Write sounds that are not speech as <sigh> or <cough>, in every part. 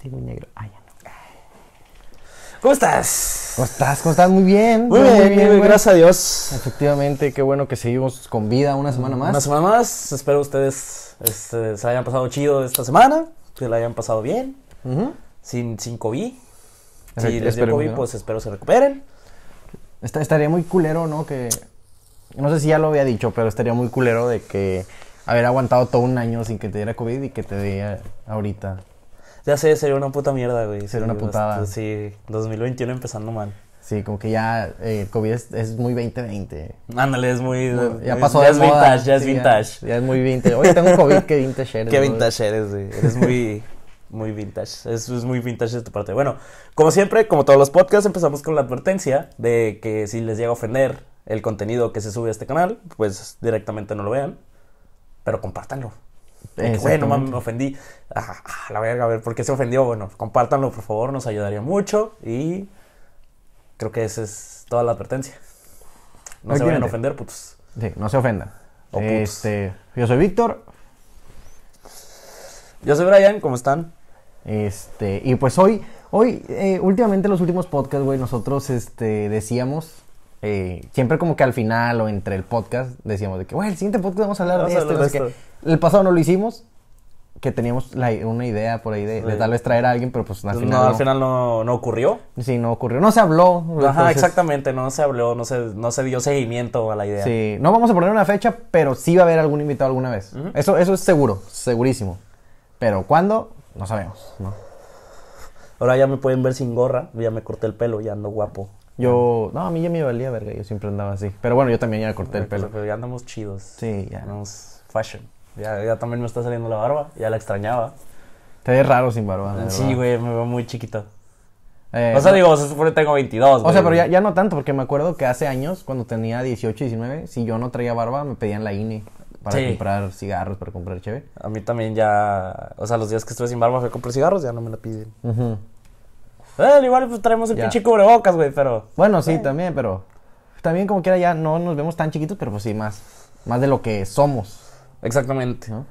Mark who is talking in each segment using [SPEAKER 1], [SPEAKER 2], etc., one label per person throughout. [SPEAKER 1] soy muy negro. Ah, ya no.
[SPEAKER 2] ¿Cómo estás?
[SPEAKER 1] ¿Cómo estás? ¿Cómo estás? Muy bien.
[SPEAKER 2] Muy
[SPEAKER 1] yo
[SPEAKER 2] bien,
[SPEAKER 1] güey.
[SPEAKER 2] gracias a Dios.
[SPEAKER 1] Efectivamente, qué bueno que seguimos con vida una semana más.
[SPEAKER 2] Una semana más. Espero ustedes este, se la hayan pasado chido esta semana, que la hayan pasado bien,
[SPEAKER 1] Ujú.
[SPEAKER 2] sin, sin COVID.
[SPEAKER 1] Efect-
[SPEAKER 2] Si les dio
[SPEAKER 1] esperemos,
[SPEAKER 2] COVID,
[SPEAKER 1] ¿no?
[SPEAKER 2] pues espero se recuperen.
[SPEAKER 1] Esta- estaría muy culero, ¿no? Que. No sé si ya lo había dicho, pero estaría muy culero de que haber aguantado todo un año sin que te diera COVID y que te diera ahorita.
[SPEAKER 2] Ya sé, sería una puta mierda, güey.
[SPEAKER 1] Sería una
[SPEAKER 2] Sí,
[SPEAKER 1] putada.
[SPEAKER 2] hasta- Sí, 2021 empezando mal.
[SPEAKER 1] Sí, como que ya eh, el COVID es, es muy 2020.
[SPEAKER 2] Ándale, es muy...
[SPEAKER 1] Ya
[SPEAKER 2] muy-
[SPEAKER 1] pasó
[SPEAKER 2] ya
[SPEAKER 1] de
[SPEAKER 2] es
[SPEAKER 1] moda.
[SPEAKER 2] vintage, ya es
[SPEAKER 1] Sí,
[SPEAKER 2] vintage.
[SPEAKER 1] Ya, es muy vintage. Oye, tengo COVID, qué vintage eres.
[SPEAKER 2] Qué
[SPEAKER 1] güey.
[SPEAKER 2] vintage eres, güey.
[SPEAKER 1] <laughs>
[SPEAKER 2] Eres muy, muy vintage. Es, es muy vintage de tu parte. Bueno, como siempre, como todos los podcasts, empezamos con la advertencia de que si les llega a ofender el contenido que se sube a este canal, pues directamente no lo vean. Pero compártanlo. De que, Güey, no mames, me ofendí. Ah, ah, la verga, a ver, ¿por qué se ofendió? Bueno, compártanlo, por favor, nos ayudaría mucho. Y creo que esa es toda la advertencia. No se vayan
[SPEAKER 1] Efectivamente.
[SPEAKER 2] a ofender, putos.
[SPEAKER 1] Sí, no se ofendan.
[SPEAKER 2] O Oh, putos.
[SPEAKER 1] este, yo soy Víctor.
[SPEAKER 2] Yo soy Brian, ¿cómo están?
[SPEAKER 1] Este, y pues hoy, hoy, eh, últimamente en los últimos podcasts, güey, nosotros este, decíamos, eh, siempre como que al final o entre el podcast, decíamos de que, güey, el siguiente podcast vamos a hablar
[SPEAKER 2] Vamos
[SPEAKER 1] de
[SPEAKER 2] a
[SPEAKER 1] esto.
[SPEAKER 2] hablar
[SPEAKER 1] no sé
[SPEAKER 2] de
[SPEAKER 1] qué. El pasado no lo hicimos, que teníamos la- una idea por ahí de, de
[SPEAKER 2] Sí.
[SPEAKER 1] tal vez traer a alguien, pero pues al final.
[SPEAKER 2] no, al
[SPEAKER 1] no.
[SPEAKER 2] final no- no ocurrió.
[SPEAKER 1] Sí, no ocurrió. No se habló.
[SPEAKER 2] Ajá,
[SPEAKER 1] entonces,
[SPEAKER 2] exactamente, no se habló, no se, no se dio seguimiento a la idea.
[SPEAKER 1] Sí, no vamos a poner una fecha, pero sí va a haber algún invitado alguna vez. Eso eso es seguro, segurísimo. Pero ¿cuándo? No sabemos, ¿no?
[SPEAKER 2] Ahora ya me pueden ver sin gorra, ya me corté el pelo, ya ando guapo.
[SPEAKER 1] Yo, no, a mí ya me valía verga, yo siempre andaba así. Pero bueno, yo también ya corté el pelo.
[SPEAKER 2] Pero pues, ya andamos chidos.
[SPEAKER 1] Sí, ya.
[SPEAKER 2] Andamos fashion. Ya, ya también me está saliendo la barba, ya la extrañaba.
[SPEAKER 1] Te ves raro sin barba. la
[SPEAKER 2] Sí,
[SPEAKER 1] verdad.
[SPEAKER 2] güey, me veo muy chiquito.
[SPEAKER 1] Eh,
[SPEAKER 2] o sea, digo, se supone que tengo 22,
[SPEAKER 1] o sea,
[SPEAKER 2] güey.
[SPEAKER 1] pero ya, ya no tanto, porque me acuerdo que hace años, cuando tenía 18, 19, si yo no traía barba, me pedían la INE para
[SPEAKER 2] Sí.
[SPEAKER 1] comprar cigarros, para comprar cheve.
[SPEAKER 2] A mí también ya, o sea, los días que estuve sin barba fui a comprar cigarros, ya no me la piden. Eh, al igual pues traemos el
[SPEAKER 1] Ya.
[SPEAKER 2] pinche cubrebocas, güey, pero...
[SPEAKER 1] Bueno, sí, también, pero también como quiera ya no nos vemos tan chiquitos, pero pues sí, más, más de lo que somos.
[SPEAKER 2] Exactamente.
[SPEAKER 1] ¿no?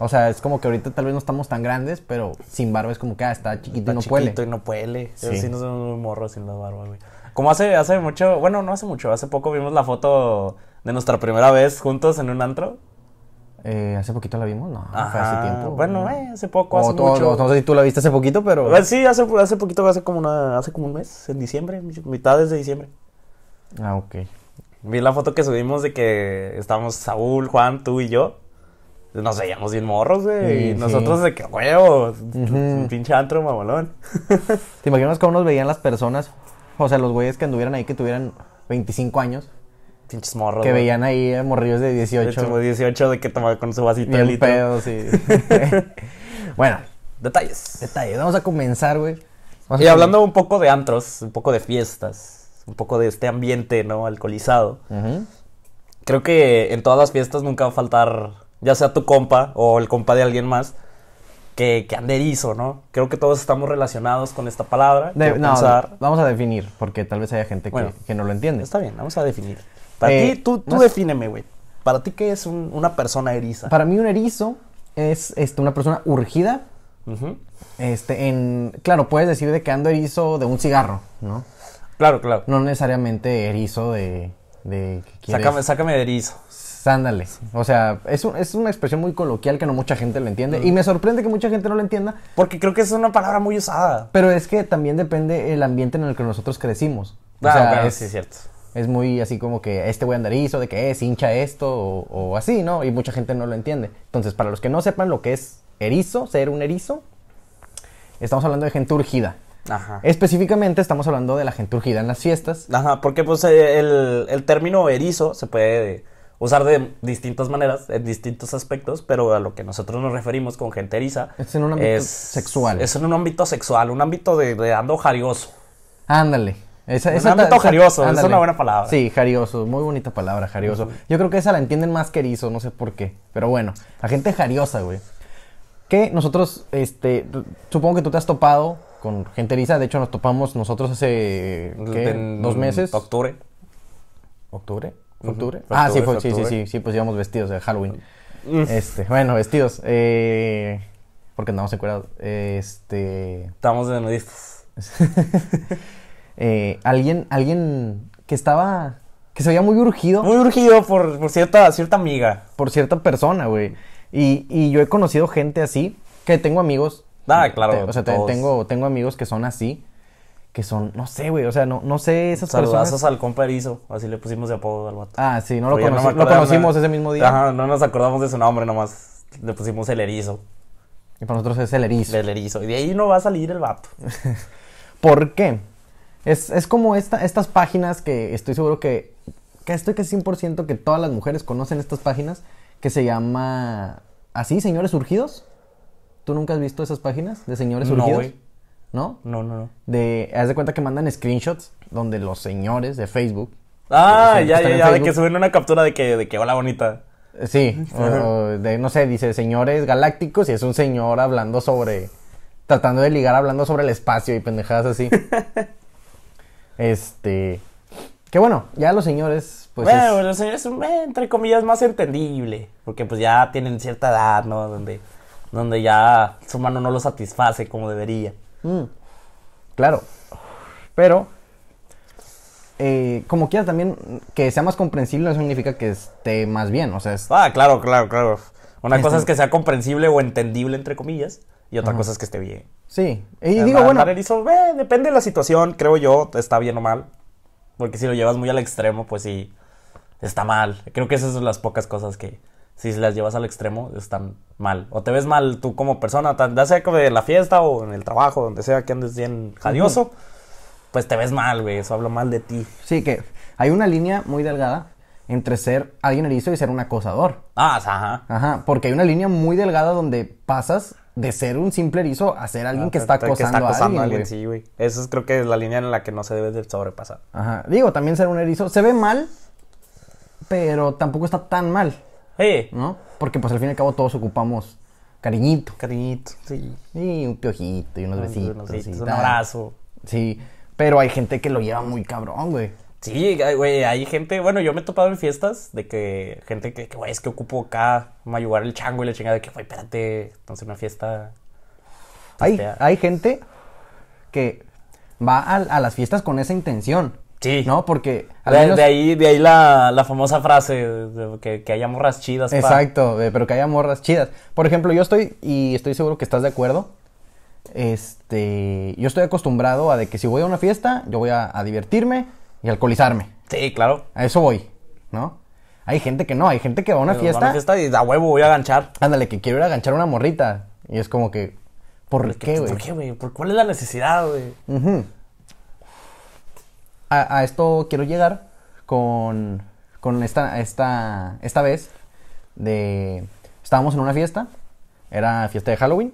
[SPEAKER 1] O sea, es como que ahorita tal vez no estamos tan grandes, pero sin barba es como que ah, está chiquito
[SPEAKER 2] Está
[SPEAKER 1] y no
[SPEAKER 2] chiquito
[SPEAKER 1] puede.
[SPEAKER 2] y no puele. Yo
[SPEAKER 1] Sí.
[SPEAKER 2] Sí. nos vemos muy morros sin la barba, güey. Como hace, hace mucho, bueno, no hace mucho, hace poco vimos la foto de nuestra primera vez juntos en un antro.
[SPEAKER 1] Eh, hace poquito la vimos, no, Ah, fue
[SPEAKER 2] Ajá.
[SPEAKER 1] hace tiempo.
[SPEAKER 2] Bueno, eh, hace poco,
[SPEAKER 1] O
[SPEAKER 2] hace
[SPEAKER 1] tú-
[SPEAKER 2] mucho.
[SPEAKER 1] o- No sé si tú la viste hace poquito, pero.
[SPEAKER 2] Pues sí, hace, hace poquito, hace como, una, hace como un mes, en diciembre, mitades de diciembre.
[SPEAKER 1] Ah, ok.
[SPEAKER 2] Vi la foto que subimos de que estábamos Saúl, Juan, tú y yo. Nos veíamos bien morros, güey.
[SPEAKER 1] Sí,
[SPEAKER 2] y
[SPEAKER 1] sí.
[SPEAKER 2] nosotros de que, huevo, un pinche antro mamalón.
[SPEAKER 1] ¿Te imaginas cómo nos veían las personas? O sea, los güeyes que anduvieran ahí, que tuvieran 25 años,
[SPEAKER 2] Pinches morros.
[SPEAKER 1] que
[SPEAKER 2] güey.
[SPEAKER 1] veían ahí eh, morrillos de
[SPEAKER 2] De hecho,
[SPEAKER 1] 18.
[SPEAKER 2] 18 de que tomaba con su vasito de
[SPEAKER 1] Bien
[SPEAKER 2] litro.
[SPEAKER 1] pedo, sí.
[SPEAKER 2] <laughs>
[SPEAKER 1] <laughs> bueno,
[SPEAKER 2] Detalles.
[SPEAKER 1] detalles. Vamos a comenzar, güey. Vamos
[SPEAKER 2] Y
[SPEAKER 1] a-
[SPEAKER 2] hablando un poco de antros, un poco de fiestas, un poco de este ambiente, ¿no? Alcoholizado.
[SPEAKER 1] Ujú.
[SPEAKER 2] Creo que en todas las fiestas nunca va a faltar, ya sea tu compa o el compa de alguien más, que, que ande erizo, ¿no? Creo que todos estamos relacionados con esta palabra.
[SPEAKER 1] De-
[SPEAKER 2] quiero
[SPEAKER 1] no,
[SPEAKER 2] pensar.
[SPEAKER 1] vamos a definir, porque tal vez haya gente que,
[SPEAKER 2] Bueno.
[SPEAKER 1] que no lo entiende.
[SPEAKER 2] Está bien, vamos a definir. Para
[SPEAKER 1] Eh,
[SPEAKER 2] ti, tú, tú
[SPEAKER 1] más-
[SPEAKER 2] defíneme, güey. Para ti, ¿qué es un- una persona eriza?
[SPEAKER 1] Para mí un erizo es este, una persona urgida.
[SPEAKER 2] Ujú.
[SPEAKER 1] Este, en, claro, puedes decir de que ando erizo de un cigarro, ¿no?
[SPEAKER 2] Claro, claro.
[SPEAKER 1] No necesariamente erizo de... de que quieres-
[SPEAKER 2] Sácame, sácame de erizo.
[SPEAKER 1] Sándale. O sea, es, un- es una expresión muy coloquial que no mucha gente lo entiende.
[SPEAKER 2] Mm.
[SPEAKER 1] Y me sorprende que mucha gente no lo entienda,
[SPEAKER 2] Porque creo que es una palabra muy usada.
[SPEAKER 1] pero es que también depende el ambiente en el que nosotros crecimos. O
[SPEAKER 2] Ah,
[SPEAKER 1] sea,
[SPEAKER 2] bueno,
[SPEAKER 1] es,
[SPEAKER 2] sí, es cierto.
[SPEAKER 1] es muy así como que este güey andarizo, de que es hincha esto o, o así, ¿no? Y mucha gente no lo entiende. Entonces, para los que no sepan lo que es erizo, ser un erizo, estamos hablando de gente urgida.
[SPEAKER 2] Ajá.
[SPEAKER 1] Específicamente estamos hablando de la gente urgida en las fiestas.
[SPEAKER 2] Ajá, porque pues eh, el, el término erizo se puede usar de distintas maneras, en distintos aspectos, pero a lo que nosotros nos referimos con gente eriza
[SPEAKER 1] Es en un ámbito sexual.
[SPEAKER 2] Es en un ámbito sexual, un ámbito de, de ando jarioso.
[SPEAKER 1] Ándale. Esa,
[SPEAKER 2] Un
[SPEAKER 1] esa-
[SPEAKER 2] ámbito
[SPEAKER 1] esa-
[SPEAKER 2] jarioso, es
[SPEAKER 1] ándale.
[SPEAKER 2] una buena palabra.
[SPEAKER 1] Sí, jarioso, muy bonita palabra, jarioso. Yo creo que esa la entienden más que erizo, no sé por qué. Pero bueno, la gente jariosa, güey. Que nosotros, este, r- supongo que tú te has topado con gente eriza. De hecho, nos topamos nosotros hace, ¿qué?
[SPEAKER 2] En
[SPEAKER 1] ¿Dos meses?
[SPEAKER 2] Octubre.
[SPEAKER 1] ¿Octubre? ¿Fue ¿Octubre?
[SPEAKER 2] Fue
[SPEAKER 1] Ah, sí, fue,
[SPEAKER 2] octubre,
[SPEAKER 1] sí,
[SPEAKER 2] fue
[SPEAKER 1] sí,
[SPEAKER 2] octubre.
[SPEAKER 1] sí, sí, pues íbamos vestidos de Halloween. Este, bueno, vestidos. eh, porque andamos encuerados. Este.
[SPEAKER 2] Estamos de nudistas.
[SPEAKER 1] eh, alguien, alguien que estaba. que se veía muy urgido
[SPEAKER 2] Muy urgido por, por cierta, cierta amiga.
[SPEAKER 1] por cierta persona, güey. Y, y yo he conocido gente así, que tengo amigos.
[SPEAKER 2] Ah, claro,
[SPEAKER 1] Te- o sea, te-
[SPEAKER 2] todos.
[SPEAKER 1] tengo, tengo amigos que son así, que son, no sé, güey, o sea, no, no sé esas
[SPEAKER 2] Saludazos
[SPEAKER 1] personas.
[SPEAKER 2] al compa Erizo, así le pusimos de apodo al vato.
[SPEAKER 1] Ah, sí, no lo,
[SPEAKER 2] Porque
[SPEAKER 1] conocí-
[SPEAKER 2] me
[SPEAKER 1] lo
[SPEAKER 2] acordaba,
[SPEAKER 1] conocimos
[SPEAKER 2] ¿no?
[SPEAKER 1] ese mismo día.
[SPEAKER 2] Ajá, no nos acordamos de su nombre nomás. Le pusimos el erizo.
[SPEAKER 1] Y para nosotros es el erizo.
[SPEAKER 2] El erizo. Y de ahí no va a salir
[SPEAKER 1] <laughs>
[SPEAKER 2] el vato.
[SPEAKER 1] ¿Por qué? Es, es como esta, estas páginas que estoy seguro que, que estoy casi 100% que todas las mujeres conocen estas páginas, que se llama, ¿así, señores urgidos? ¿Tú nunca has visto esas páginas de señores
[SPEAKER 2] No,
[SPEAKER 1] urgidos?
[SPEAKER 2] güey.
[SPEAKER 1] ¿No?
[SPEAKER 2] No, no, no.
[SPEAKER 1] De, haz de cuenta que mandan screenshots donde los señores de Facebook.
[SPEAKER 2] Ah,
[SPEAKER 1] Los señores
[SPEAKER 2] ya,
[SPEAKER 1] que Pues, están
[SPEAKER 2] ya,
[SPEAKER 1] en
[SPEAKER 2] ya. De
[SPEAKER 1] Facebook,
[SPEAKER 2] que suben una captura de que, de que hola bonita.
[SPEAKER 1] eh, Sí, o- o de, no sé, dice señores galácticos y es un señor hablando sobre. Tratando de ligar hablando sobre el espacio y pendejadas
[SPEAKER 2] <laughs>
[SPEAKER 1] así. este. Que bueno, ya los señores, pues. es-
[SPEAKER 2] bueno, es... es un, eh, entre comillas, más entendible. Porque pues ya tienen cierta edad, ¿no? Donde, donde ya su mano no lo satisface como debería.
[SPEAKER 1] Mm, claro. Pero. eh, como quiera también, que sea más comprensible no significa que esté más bien. O sea, es-
[SPEAKER 2] Ah, claro, claro, claro. Una
[SPEAKER 1] Este-
[SPEAKER 2] cosa es que sea comprensible o entendible, entre comillas. Y otra cosa es que esté bien.
[SPEAKER 1] sí. Y digo,
[SPEAKER 2] Andar-
[SPEAKER 1] bueno.
[SPEAKER 2] andar erizo, eh, depende de la situación, creo yo, está bien o mal. Porque si lo llevas muy al extremo, pues sí, está mal. Creo que esas son las pocas cosas que, si las llevas al extremo, están mal. O te ves mal tú como persona, tan- ya sea como en la fiesta o en el trabajo, donde sea que andes bien jadioso, pues te ves mal, güey. Eso habla mal de ti.
[SPEAKER 1] Sí, que hay una línea muy delgada entre ser alguien erizo y ser un acosador.
[SPEAKER 2] Ah, ajá.
[SPEAKER 1] Ajá, porque hay una línea muy delgada donde pasas de ser un simple erizo a ser
[SPEAKER 2] Ah,
[SPEAKER 1] alguien que está acosando, a alguien. güey.
[SPEAKER 2] sí, güey. Esa es, creo que es la línea en la que no se debe de sobrepasar.
[SPEAKER 1] Ajá, digo, también ser un erizo se ve mal, pero tampoco está tan mal,
[SPEAKER 2] Eh,
[SPEAKER 1] ¿no? Porque pues al fin y al cabo todos ocupamos cariñito
[SPEAKER 2] cariñito, sí.
[SPEAKER 1] y un piojito y unos besitos.
[SPEAKER 2] Unos besitos,
[SPEAKER 1] y
[SPEAKER 2] un
[SPEAKER 1] tal.
[SPEAKER 2] abrazo.
[SPEAKER 1] Sí, pero hay gente que lo lleva muy cabrón, güey.
[SPEAKER 2] Sí, ay, güey, hay gente, bueno, yo me he topado en fiestas de que gente que, que, güey, es que ocupo acá, ayudar el chango y la chingada de que, güey, espérate, entonces una fiesta. Este, ah,
[SPEAKER 1] Hay,
[SPEAKER 2] Testea.
[SPEAKER 1] hay gente que va a, a las fiestas con esa intención.
[SPEAKER 2] Sí.
[SPEAKER 1] ¿No? Porque al
[SPEAKER 2] De,
[SPEAKER 1] menos-
[SPEAKER 2] de ahí, de ahí la, la famosa frase de que, que haya morras chidas. pa.
[SPEAKER 1] Exacto, eh, pero que haya morras chidas. Por ejemplo, yo estoy, y estoy seguro que estás de acuerdo, este, yo estoy acostumbrado a de que si voy a una fiesta, yo voy a, a divertirme y alcoholizarme.
[SPEAKER 2] Sí, claro.
[SPEAKER 1] A eso voy, ¿no? Hay gente que no, hay gente que va a una
[SPEAKER 2] Pero van a
[SPEAKER 1] fiesta,
[SPEAKER 2] una fiesta y a huevo voy a ganchar.
[SPEAKER 1] ándale, que quiero ir a ganchar una morrita. Y es como que, ¿por qué, güey?
[SPEAKER 2] pues, ¿Por qué, güey? ¿Por cuál es la necesidad, güey?
[SPEAKER 1] Ujú. a, a esto quiero llegar con, con esta, esta, esta vez de... Estábamos en una fiesta, era fiesta de Halloween,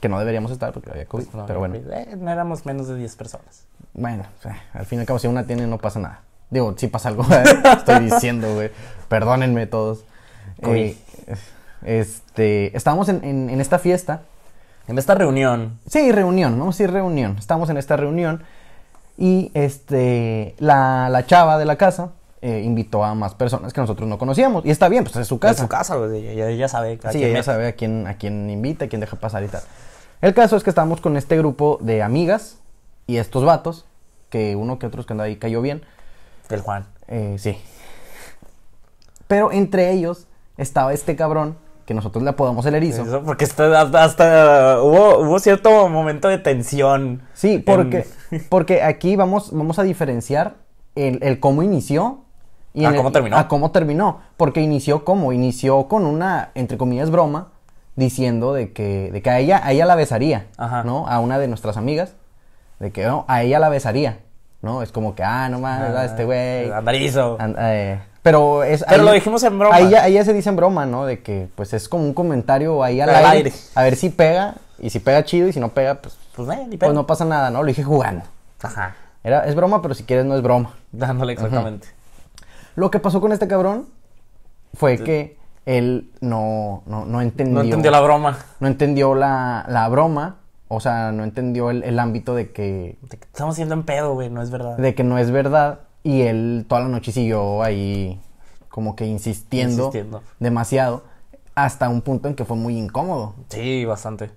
[SPEAKER 1] que no deberíamos estar porque Pues había COVID, pero bueno.
[SPEAKER 2] Eh, no éramos menos de 10 personas.
[SPEAKER 1] Bueno, o sea, al fin y al cabo, si una tiene no pasa nada. Digo, si pasa algo, <laughs> eh, estoy diciendo, güey. Perdónenme todos.
[SPEAKER 2] Covid.
[SPEAKER 1] Eh, este, estábamos en- en- en esta fiesta
[SPEAKER 2] En esta reunión,
[SPEAKER 1] Sí, reunión, vamos a decir reunión. Estamos en esta reunión y este la, la chava de la casa eh, invitó a más personas que nosotros no conocíamos. Y está bien, pues es su
[SPEAKER 2] en
[SPEAKER 1] casa.
[SPEAKER 2] su casa, güey, ella, ella sabe. a
[SPEAKER 1] Sí,
[SPEAKER 2] quién
[SPEAKER 1] ella
[SPEAKER 2] mete.
[SPEAKER 1] sabe a quién, a quién invita, a quién deja pasar y tal. El caso es que estamos con este grupo de amigas y estos vatos, que uno que otros que anda ahí cayó bien.
[SPEAKER 2] El Juan.
[SPEAKER 1] Eh, sí. Pero entre ellos estaba este cabrón, que nosotros le apodamos el erizo.
[SPEAKER 2] Eso porque está- hasta, hasta hubo, hubo cierto momento de tensión.
[SPEAKER 1] Sí,
[SPEAKER 2] en-
[SPEAKER 1] porque, porque aquí vamos, vamos a diferenciar el, el cómo inició y
[SPEAKER 2] A
[SPEAKER 1] en el-
[SPEAKER 2] cómo terminó.
[SPEAKER 1] A cómo terminó. Porque inició como, inició con una, entre comillas, broma, diciendo de que, de que a ella, a ella la besaría,
[SPEAKER 2] Ajá.
[SPEAKER 1] ¿no? A una de nuestras amigas, de que no, a ella la besaría, ¿no? Es como que, ah, no mames,
[SPEAKER 2] Ah,
[SPEAKER 1] ah, este güey.
[SPEAKER 2] Andarizo.
[SPEAKER 1] And- eh, pero es
[SPEAKER 2] Pero lo dijimos en broma.
[SPEAKER 1] Ahí ya, ahí ya se dice en broma, ¿no? De que pues es como un comentario ahí al,
[SPEAKER 2] Al
[SPEAKER 1] aire,
[SPEAKER 2] aire.
[SPEAKER 1] A ver si pega. Y si pega chido y si no pega, pues
[SPEAKER 2] Pues eh, ni
[SPEAKER 1] pues
[SPEAKER 2] pedo.
[SPEAKER 1] no pasa nada, ¿no? Lo dije jugando.
[SPEAKER 2] Ajá.
[SPEAKER 1] Era, es broma, pero si quieres no es broma.
[SPEAKER 2] Dándole exactamente.
[SPEAKER 1] Lo que pasó con este cabrón fue que él no, no, no entendió.
[SPEAKER 2] No entendió la broma.
[SPEAKER 1] no entendió la- la broma. O sea, no entendió el, el ámbito de que,
[SPEAKER 2] Te- Estamos siendo en pedo, güey, no es verdad.
[SPEAKER 1] de que no es verdad. Y él toda la noche siguió ahí como que insistiendo,
[SPEAKER 2] Insistiendo.
[SPEAKER 1] demasiado. hasta un punto en que fue muy incómodo.
[SPEAKER 2] Sí, bastante.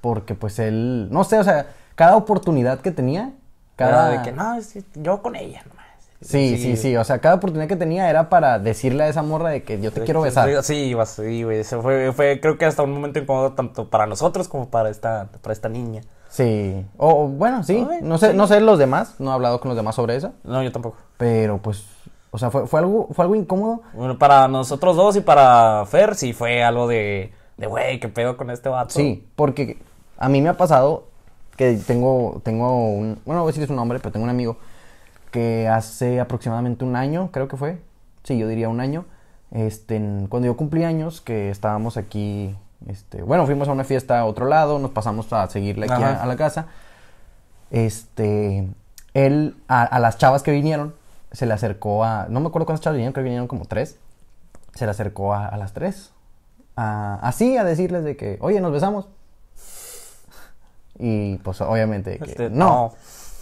[SPEAKER 1] Porque pues él, no sé, o sea, cada oportunidad que tenía, cada...
[SPEAKER 2] Era de que no, es que yo con ella nomás.
[SPEAKER 1] Sí, sí, sí, o sea, cada oportunidad que tenía era para decirle a esa morra de que yo te quiero besar.
[SPEAKER 2] Sí, bas- sí, güey. se Fue, fue, creo que hasta un momento incómodo tanto para nosotros como para esta, para esta niña.
[SPEAKER 1] Sí, o o, bueno, sí,
[SPEAKER 2] Ay,
[SPEAKER 1] no sé, no sé los demás, no he hablado con los demás sobre eso,
[SPEAKER 2] No, yo tampoco.
[SPEAKER 1] pero pues, o sea, fue, fue algo, fue algo incómodo.
[SPEAKER 2] Bueno, para nosotros dos y para Fer sí fue algo de, de güey, qué pedo con este vato.
[SPEAKER 1] Sí, porque a mí me ha pasado que tengo, tengo un, bueno, no voy a decir su nombre, pero tengo un amigo que hace aproximadamente un año, creo que fue, sí, yo diría un año, este, en- cuando yo cumplí años, que estábamos aquí, este, bueno, fuimos a una fiesta a otro lado, nos pasamos a seguirle aquí
[SPEAKER 2] Ajá.
[SPEAKER 1] a, a la casa, este, él, a, a las chavas que vinieron, se le acercó a, no me acuerdo cuántas chavas vinieron, creo que vinieron como tres, se le acercó a, a las tres, a- así a decirles de que, oye, nos besamos. Y pues obviamente de que,
[SPEAKER 2] Este,
[SPEAKER 1] no.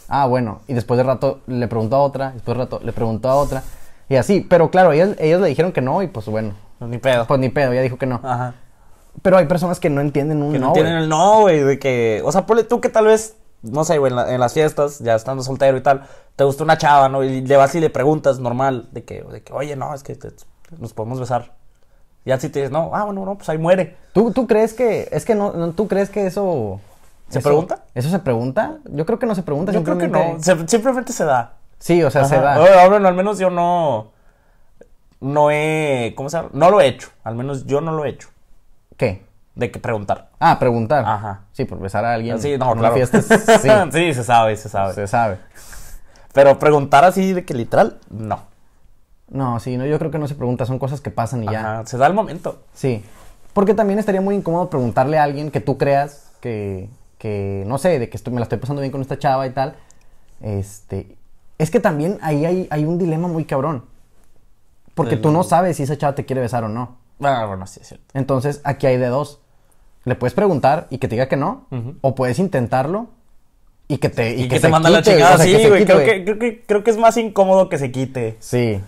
[SPEAKER 1] Ah, bueno. Y después de rato le preguntó a otra, después de rato le preguntó a otra. Y así, pero claro, ellas, ellas le dijeron que no y pues bueno.
[SPEAKER 2] no, Ni pedo.
[SPEAKER 1] Pues ni pedo, ya dijo que no.
[SPEAKER 2] Ajá.
[SPEAKER 1] Pero hay personas que no entienden un
[SPEAKER 2] Que no,
[SPEAKER 1] no. güey.
[SPEAKER 2] tienen el no, güey, de que, o sea, ponle tú que tal vez, no sé, güey, en, la- en las fiestas, ya estando soltero y tal, te gusta una chava, ¿no? Y le vas y le preguntas normal, de que, de que oye, no, es que te- nos podemos besar. Y así te dices, no, ah, bueno, no, pues ahí muere.
[SPEAKER 1] ¿Tú, tú crees que, es que no, no, tú crees que eso...
[SPEAKER 2] ¿Se
[SPEAKER 1] eso-
[SPEAKER 2] pregunta?
[SPEAKER 1] ¿Eso se pregunta? Yo creo que no se pregunta.
[SPEAKER 2] Yo creo que no,
[SPEAKER 1] simplemente-
[SPEAKER 2] se- simplemente se da.
[SPEAKER 1] Sí, o sea, se
[SPEAKER 2] Ajá. Ah.
[SPEAKER 1] da.
[SPEAKER 2] Ahora, bueno, al menos yo no, no he, ¿cómo se llama? No lo he hecho, al menos yo no lo he hecho,
[SPEAKER 1] ¿Qué?
[SPEAKER 2] de que preguntar.
[SPEAKER 1] Ah, preguntar.
[SPEAKER 2] Ajá.
[SPEAKER 1] Sí, por besar a alguien.
[SPEAKER 2] Sí, no,
[SPEAKER 1] en una
[SPEAKER 2] claro. <laughs>
[SPEAKER 1] fiesta es- sí,
[SPEAKER 2] sí, se sabe, se sabe.
[SPEAKER 1] se sabe.
[SPEAKER 2] Pero preguntar así de que literal, no.
[SPEAKER 1] No, sí, no, yo creo que no se pregunta, son cosas que pasan y ya.
[SPEAKER 2] Ajá, se da el momento.
[SPEAKER 1] Sí. Porque también estaría muy incómodo preguntarle a alguien que tú creas que, que no sé, de que estoy- me la estoy pasando bien con esta chava y tal. Este. Es que también ahí hay, hay un dilema muy cabrón. Porque tú no sabes si esa chava te quiere besar o no.
[SPEAKER 2] Ah, bueno, sí, es cierto.
[SPEAKER 1] Entonces, aquí hay de dos. Le puedes preguntar y que te diga que no, o puedes intentarlo y que te
[SPEAKER 2] Y, que,
[SPEAKER 1] se
[SPEAKER 2] te manda la
[SPEAKER 1] quite,
[SPEAKER 2] chingada,
[SPEAKER 1] o sea, que
[SPEAKER 2] sí,
[SPEAKER 1] se
[SPEAKER 2] güey.
[SPEAKER 1] quite,
[SPEAKER 2] Creo que, creo, que, creo que es más incómodo que se quite.
[SPEAKER 1] Sí.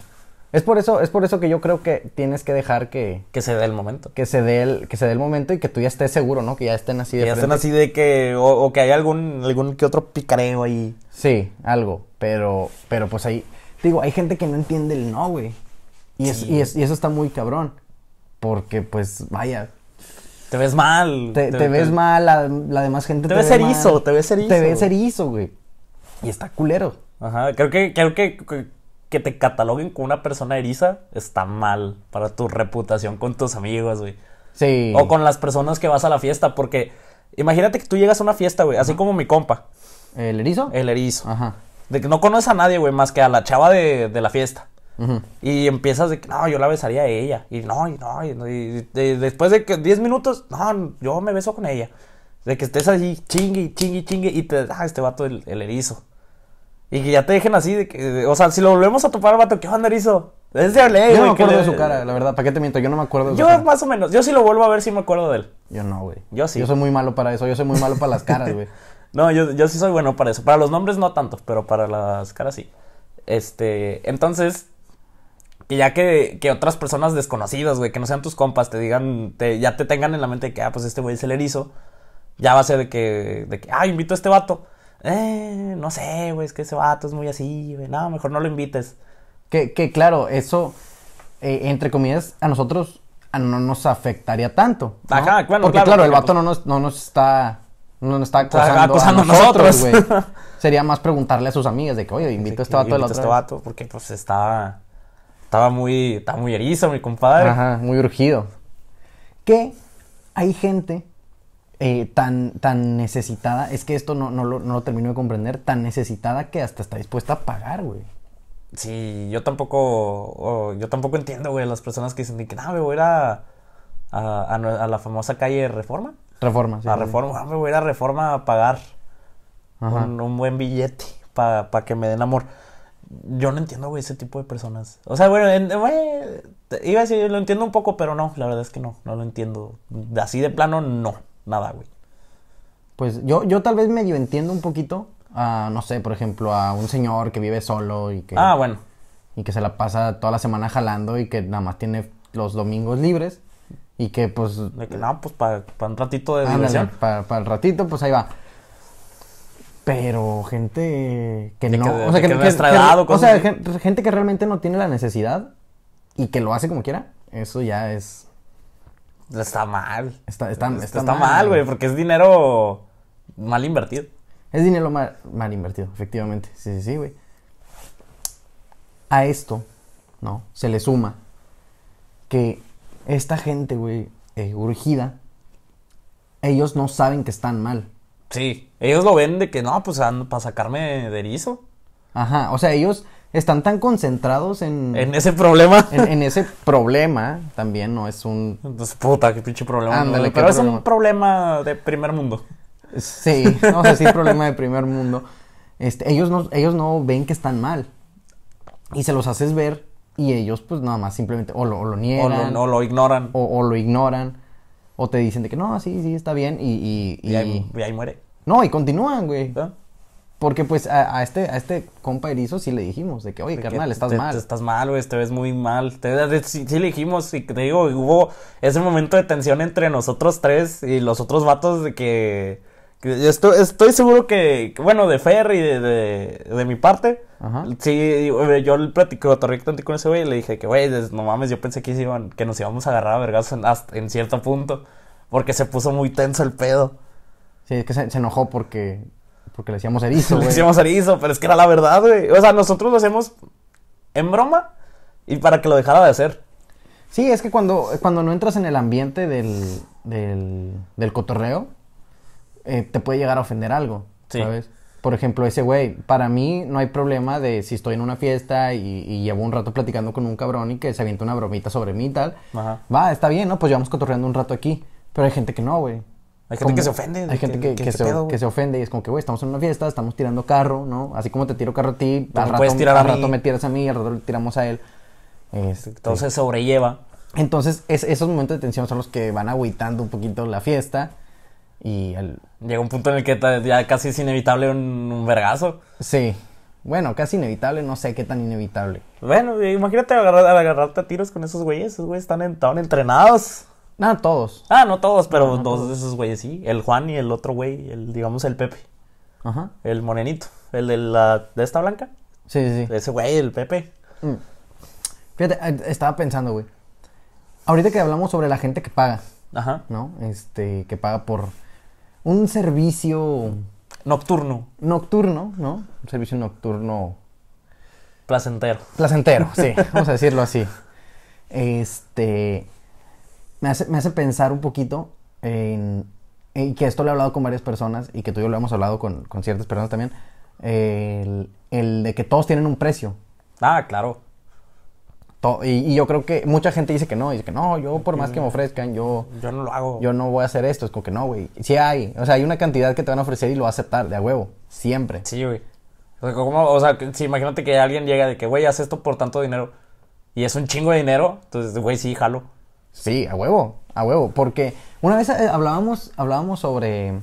[SPEAKER 1] Es por eso, es por eso que yo creo que tienes que dejar que,
[SPEAKER 2] Que se dé el momento.
[SPEAKER 1] que se dé el, que se dé el momento y que tú ya estés seguro, ¿no? Que ya estén así
[SPEAKER 2] Y
[SPEAKER 1] de
[SPEAKER 2] hacen
[SPEAKER 1] frente.
[SPEAKER 2] así de que. O, o que hay algún, algún que otro picareo ahí.
[SPEAKER 1] Sí, algo. Pero, pero pues ahí. te Digo, hay gente que no entiende el no, güey. Y, es-
[SPEAKER 2] Sí,
[SPEAKER 1] y, es- y eso está muy cabrón. Porque, pues, vaya.
[SPEAKER 2] Te ves mal.
[SPEAKER 1] Te, te ves mal, la, la demás gente
[SPEAKER 2] te ves erizo,
[SPEAKER 1] mal.
[SPEAKER 2] te ves erizo,
[SPEAKER 1] Te ves
[SPEAKER 2] güey.
[SPEAKER 1] erizo, güey. Y está culero.
[SPEAKER 2] Ajá. Creo que, creo que, que- que te cataloguen como una persona eriza está mal para tu reputación con tus amigos, güey.
[SPEAKER 1] Sí.
[SPEAKER 2] O con las personas que vas a la fiesta, porque imagínate que tú llegas a una fiesta, güey, así como mi compa,
[SPEAKER 1] ¿El erizo?
[SPEAKER 2] el erizo.
[SPEAKER 1] Ajá.
[SPEAKER 2] De que no conoces a nadie, güey, más que a la chava de, de la fiesta.
[SPEAKER 1] Ujú.
[SPEAKER 2] Y empiezas de que, no, yo la besaría a ella. Y no, y no, y, no, y- y después de que 10 minutos, no, yo me beso con ella. De que estés allí, chingue, chingue, chingue, y te, ah, este vato el, el erizo. Y que ya te dejen así, de que, o sea, si lo volvemos a topar al vato, ¿qué onda, erizo? Desde hablé,
[SPEAKER 1] Yo no
[SPEAKER 2] güey,
[SPEAKER 1] me
[SPEAKER 2] que
[SPEAKER 1] acuerdo
[SPEAKER 2] le-
[SPEAKER 1] de su cara, la verdad. ¿Para qué te miento? Yo no me acuerdo de su cara.
[SPEAKER 2] Yo más o menos, yo si lo vuelvo a ver, sí me acuerdo de él.
[SPEAKER 1] Yo no, güey.
[SPEAKER 2] Yo sí.
[SPEAKER 1] Yo soy muy malo para eso. Yo soy muy malo para las caras,
[SPEAKER 2] <laughs>
[SPEAKER 1] güey.
[SPEAKER 2] No, yo, yo sí soy bueno para eso. Para los nombres no tanto, pero para las caras sí. Este, entonces, que ya que, que otras personas desconocidas, güey, que no sean tus compas, te digan, te, ya te tengan en la mente de que, ah, pues este güey es el erizo, ya va a ser de que, de que, ah, invito a este vato. Eh, no sé, güey, es que ese vato es muy así, güey, no, mejor no lo invites.
[SPEAKER 1] Que, que claro, eso, eh, entre comillas, a nosotros a- no nos afectaría tanto. ¿no?
[SPEAKER 2] Ajá, bueno,
[SPEAKER 1] Porque
[SPEAKER 2] claro,
[SPEAKER 1] claro, el
[SPEAKER 2] porque,
[SPEAKER 1] vato no nos, no nos está, no nos está
[SPEAKER 2] Está
[SPEAKER 1] acosando,
[SPEAKER 2] acosando a
[SPEAKER 1] a nosotros, güey.
[SPEAKER 2] nosotros. <laughs>
[SPEAKER 1] Sería más preguntarle a sus amigas de que, oye, invito a este vato de la
[SPEAKER 2] Invito a
[SPEAKER 1] otra
[SPEAKER 2] este
[SPEAKER 1] vez.
[SPEAKER 2] vato, porque pues estaba, estaba muy, estaba muy erizo, mi compadre.
[SPEAKER 1] Ajá, muy urgido. Que hay gente eh, tan, tan necesitada, es que esto no, no, lo, no lo termino de comprender, tan necesitada que hasta está dispuesta a pagar, güey.
[SPEAKER 2] Sí, yo tampoco, o- yo tampoco entiendo, güey, las personas que dicen de que, no, me voy a ir a, a, a nue- a la famosa calle Reforma.
[SPEAKER 1] Reforma, sí.
[SPEAKER 2] a
[SPEAKER 1] sí.
[SPEAKER 2] Reforma, ah, me voy a ir a Reforma a pagar
[SPEAKER 1] Ajá.
[SPEAKER 2] con un buen billete para que me den amor. Yo no entiendo, güey, ese tipo de personas. O sea, bueno, en- güey, te- iba a decir, lo entiendo un poco, pero no, la verdad es que no, no lo entiendo. Así de plano, no, nada, güey.
[SPEAKER 1] Pues yo, yo tal vez medio entiendo un poquito, a, no sé, por ejemplo, a un señor que vive solo y que,
[SPEAKER 2] Ah, bueno,
[SPEAKER 1] y que se la pasa toda la semana jalando y que nada más tiene los domingos libres. Y que pues.
[SPEAKER 2] De que, no, pues para un ratito de
[SPEAKER 1] ándale,
[SPEAKER 2] diversión.
[SPEAKER 1] para, para el ratito, pues ahí va. Pero gente que
[SPEAKER 2] De
[SPEAKER 1] no.
[SPEAKER 2] que-
[SPEAKER 1] o sea,
[SPEAKER 2] de
[SPEAKER 1] que,
[SPEAKER 2] que
[SPEAKER 1] que-
[SPEAKER 2] nuestra
[SPEAKER 1] que-
[SPEAKER 2] edad o
[SPEAKER 1] o
[SPEAKER 2] cosas
[SPEAKER 1] sea,
[SPEAKER 2] así.
[SPEAKER 1] gen- gente que realmente no tiene la necesidad y que lo hace como quiera. Eso ya es.
[SPEAKER 2] Está mal.
[SPEAKER 1] Está, está,
[SPEAKER 2] Está, está mal, güey, porque es dinero mal invertido.
[SPEAKER 1] Es dinero mal, mal invertido, efectivamente. Sí, sí, sí, güey. A esto, ¿no? Se le suma que esta gente, güey, eh, urgida, ellos no saben que están mal.
[SPEAKER 2] Sí, ellos lo ven de que no, pues para sacarme de erizo.
[SPEAKER 1] Ajá, o sea, ellos están tan concentrados en, en,
[SPEAKER 2] Mm. <laughs> En ese problema.
[SPEAKER 1] en ese problema, también no es un...
[SPEAKER 2] Entonces, puta, qué pinche problema.
[SPEAKER 1] Ándale,
[SPEAKER 2] ¿no?
[SPEAKER 1] qué
[SPEAKER 2] Pero es
[SPEAKER 1] problema.
[SPEAKER 2] un problema de primer mundo.
[SPEAKER 1] Sí, vamos a decir problema de primer mundo. Este, ellos, no, ellos no ven que están mal. Y se los haces ver y ellos pues nada más simplemente o lo, o lo
[SPEAKER 2] O
[SPEAKER 1] niegan.
[SPEAKER 2] lo, no lo ignoran.
[SPEAKER 1] o, o lo ignoran, o te dicen de que no, sí, sí, está bien, y... y-
[SPEAKER 2] y,
[SPEAKER 1] y-
[SPEAKER 2] ahí, y ahí muere.
[SPEAKER 1] No, y continúan, güey.
[SPEAKER 2] ¿no?
[SPEAKER 1] Porque pues a, a este, a este compa erizo sí le dijimos de que, oye,
[SPEAKER 2] De que
[SPEAKER 1] carnal, estás
[SPEAKER 2] te-
[SPEAKER 1] mal.
[SPEAKER 2] te estás mal, güey, te ves muy mal. Te, de- sí, sí le dijimos, y te digo, hubo ese momento de tensión entre nosotros tres y los otros vatos de que... que yo estoy, estoy seguro que, que, bueno, de Fer y de, de, de mi parte,
[SPEAKER 1] Ajá.
[SPEAKER 2] sí, güey, yo le platico directamente con ese güey y le dije que, güey, des- no mames, yo pensé que, se iban, que nos íbamos a agarrar a vergas en, hasta- en cierto punto, porque se puso muy tenso el pedo.
[SPEAKER 1] Sí, es que se, se enojó porque, porque le decíamos erizo,
[SPEAKER 2] <laughs> Le
[SPEAKER 1] güey.
[SPEAKER 2] hicimos erizo, pero es que era la verdad, güey. O sea, nosotros lo hacemos en broma y para que lo dejara de hacer.
[SPEAKER 1] Sí, es que cuando, cuando no entras en el ambiente del, del, del cotorreo, eh, te puede llegar a ofender algo,
[SPEAKER 2] Sí.
[SPEAKER 1] ¿sabes? Por ejemplo, ese güey, para mí no hay problema de si estoy en una fiesta y, y llevo un rato platicando con un cabrón y que se avienta una bromita sobre mí y tal.
[SPEAKER 2] Ajá.
[SPEAKER 1] Va, está bien, ¿no? Pues llevamos cotorreando un rato aquí. Pero hay gente que no, güey.
[SPEAKER 2] Hay gente
[SPEAKER 1] Como-
[SPEAKER 2] que se ofende, de
[SPEAKER 1] Hay gente
[SPEAKER 2] que-
[SPEAKER 1] que,
[SPEAKER 2] que
[SPEAKER 1] que
[SPEAKER 2] qué
[SPEAKER 1] se,
[SPEAKER 2] pedo,
[SPEAKER 1] que
[SPEAKER 2] güey.
[SPEAKER 1] se ofende y es como que, güey, estamos en una fiesta, estamos tirando carro, ¿no? Así como te tiro carro a ti,
[SPEAKER 2] me
[SPEAKER 1] al rato,
[SPEAKER 2] puedes tirar a
[SPEAKER 1] al
[SPEAKER 2] mí.
[SPEAKER 1] rato me tiras a mí, al rato le tiramos a él. Este,
[SPEAKER 2] Entonces sobrelleva.
[SPEAKER 1] entonces, es- esos momentos de tensión son los que van agüitando un poquito la fiesta. Y el.
[SPEAKER 2] Llega un punto en el que ta- ya casi es inevitable un, un vergazo.
[SPEAKER 1] Sí. Bueno, casi inevitable, no sé qué tan inevitable.
[SPEAKER 2] Bueno, eh, imagínate agarrar, agarrarte a tiros con esos güeyes. Esos güeyes están, en- estaban entrenados.
[SPEAKER 1] No, todos.
[SPEAKER 2] Ah, no todos, pero dos de esos güeyes sí. El Juan y el otro güey, el, digamos el Pepe.
[SPEAKER 1] Ajá.
[SPEAKER 2] El morenito. El de la de esta blanca.
[SPEAKER 1] Sí, sí, sí.
[SPEAKER 2] Ese güey, el Pepe.
[SPEAKER 1] Fíjate, eh, estaba pensando, güey. Ahorita que hablamos sobre la gente que paga,
[SPEAKER 2] Ajá.
[SPEAKER 1] ¿no? Este, que paga por un servicio
[SPEAKER 2] Nocturno.
[SPEAKER 1] nocturno, ¿no? Un servicio nocturno
[SPEAKER 2] Placentero.
[SPEAKER 1] placentero, sí, vamos a decirlo así. Este, me hace, me hace pensar un poquito en, en que esto lo he hablado con varias personas y que tú y yo lo hemos hablado con, con ciertas personas también, el, el de que todos tienen un precio.
[SPEAKER 2] Ah, claro.
[SPEAKER 1] To- y, y yo creo que mucha gente dice que no, dice que no, yo por más que me ofrezcan, yo,
[SPEAKER 2] Yo no lo hago.
[SPEAKER 1] yo no voy a hacer esto, es como que no, güey. Sí hay, o sea, hay una cantidad que te van a ofrecer y lo vas a aceptar, de a huevo, siempre.
[SPEAKER 2] Sí, güey. O sea, ¿cómo? O sea, que- si imagínate que alguien llega de que, güey, haz esto por tanto dinero. Y es un chingo de dinero. Entonces, güey, sí, jalo.
[SPEAKER 1] Sí, a huevo, a huevo, porque una vez eh, hablábamos, hablábamos sobre,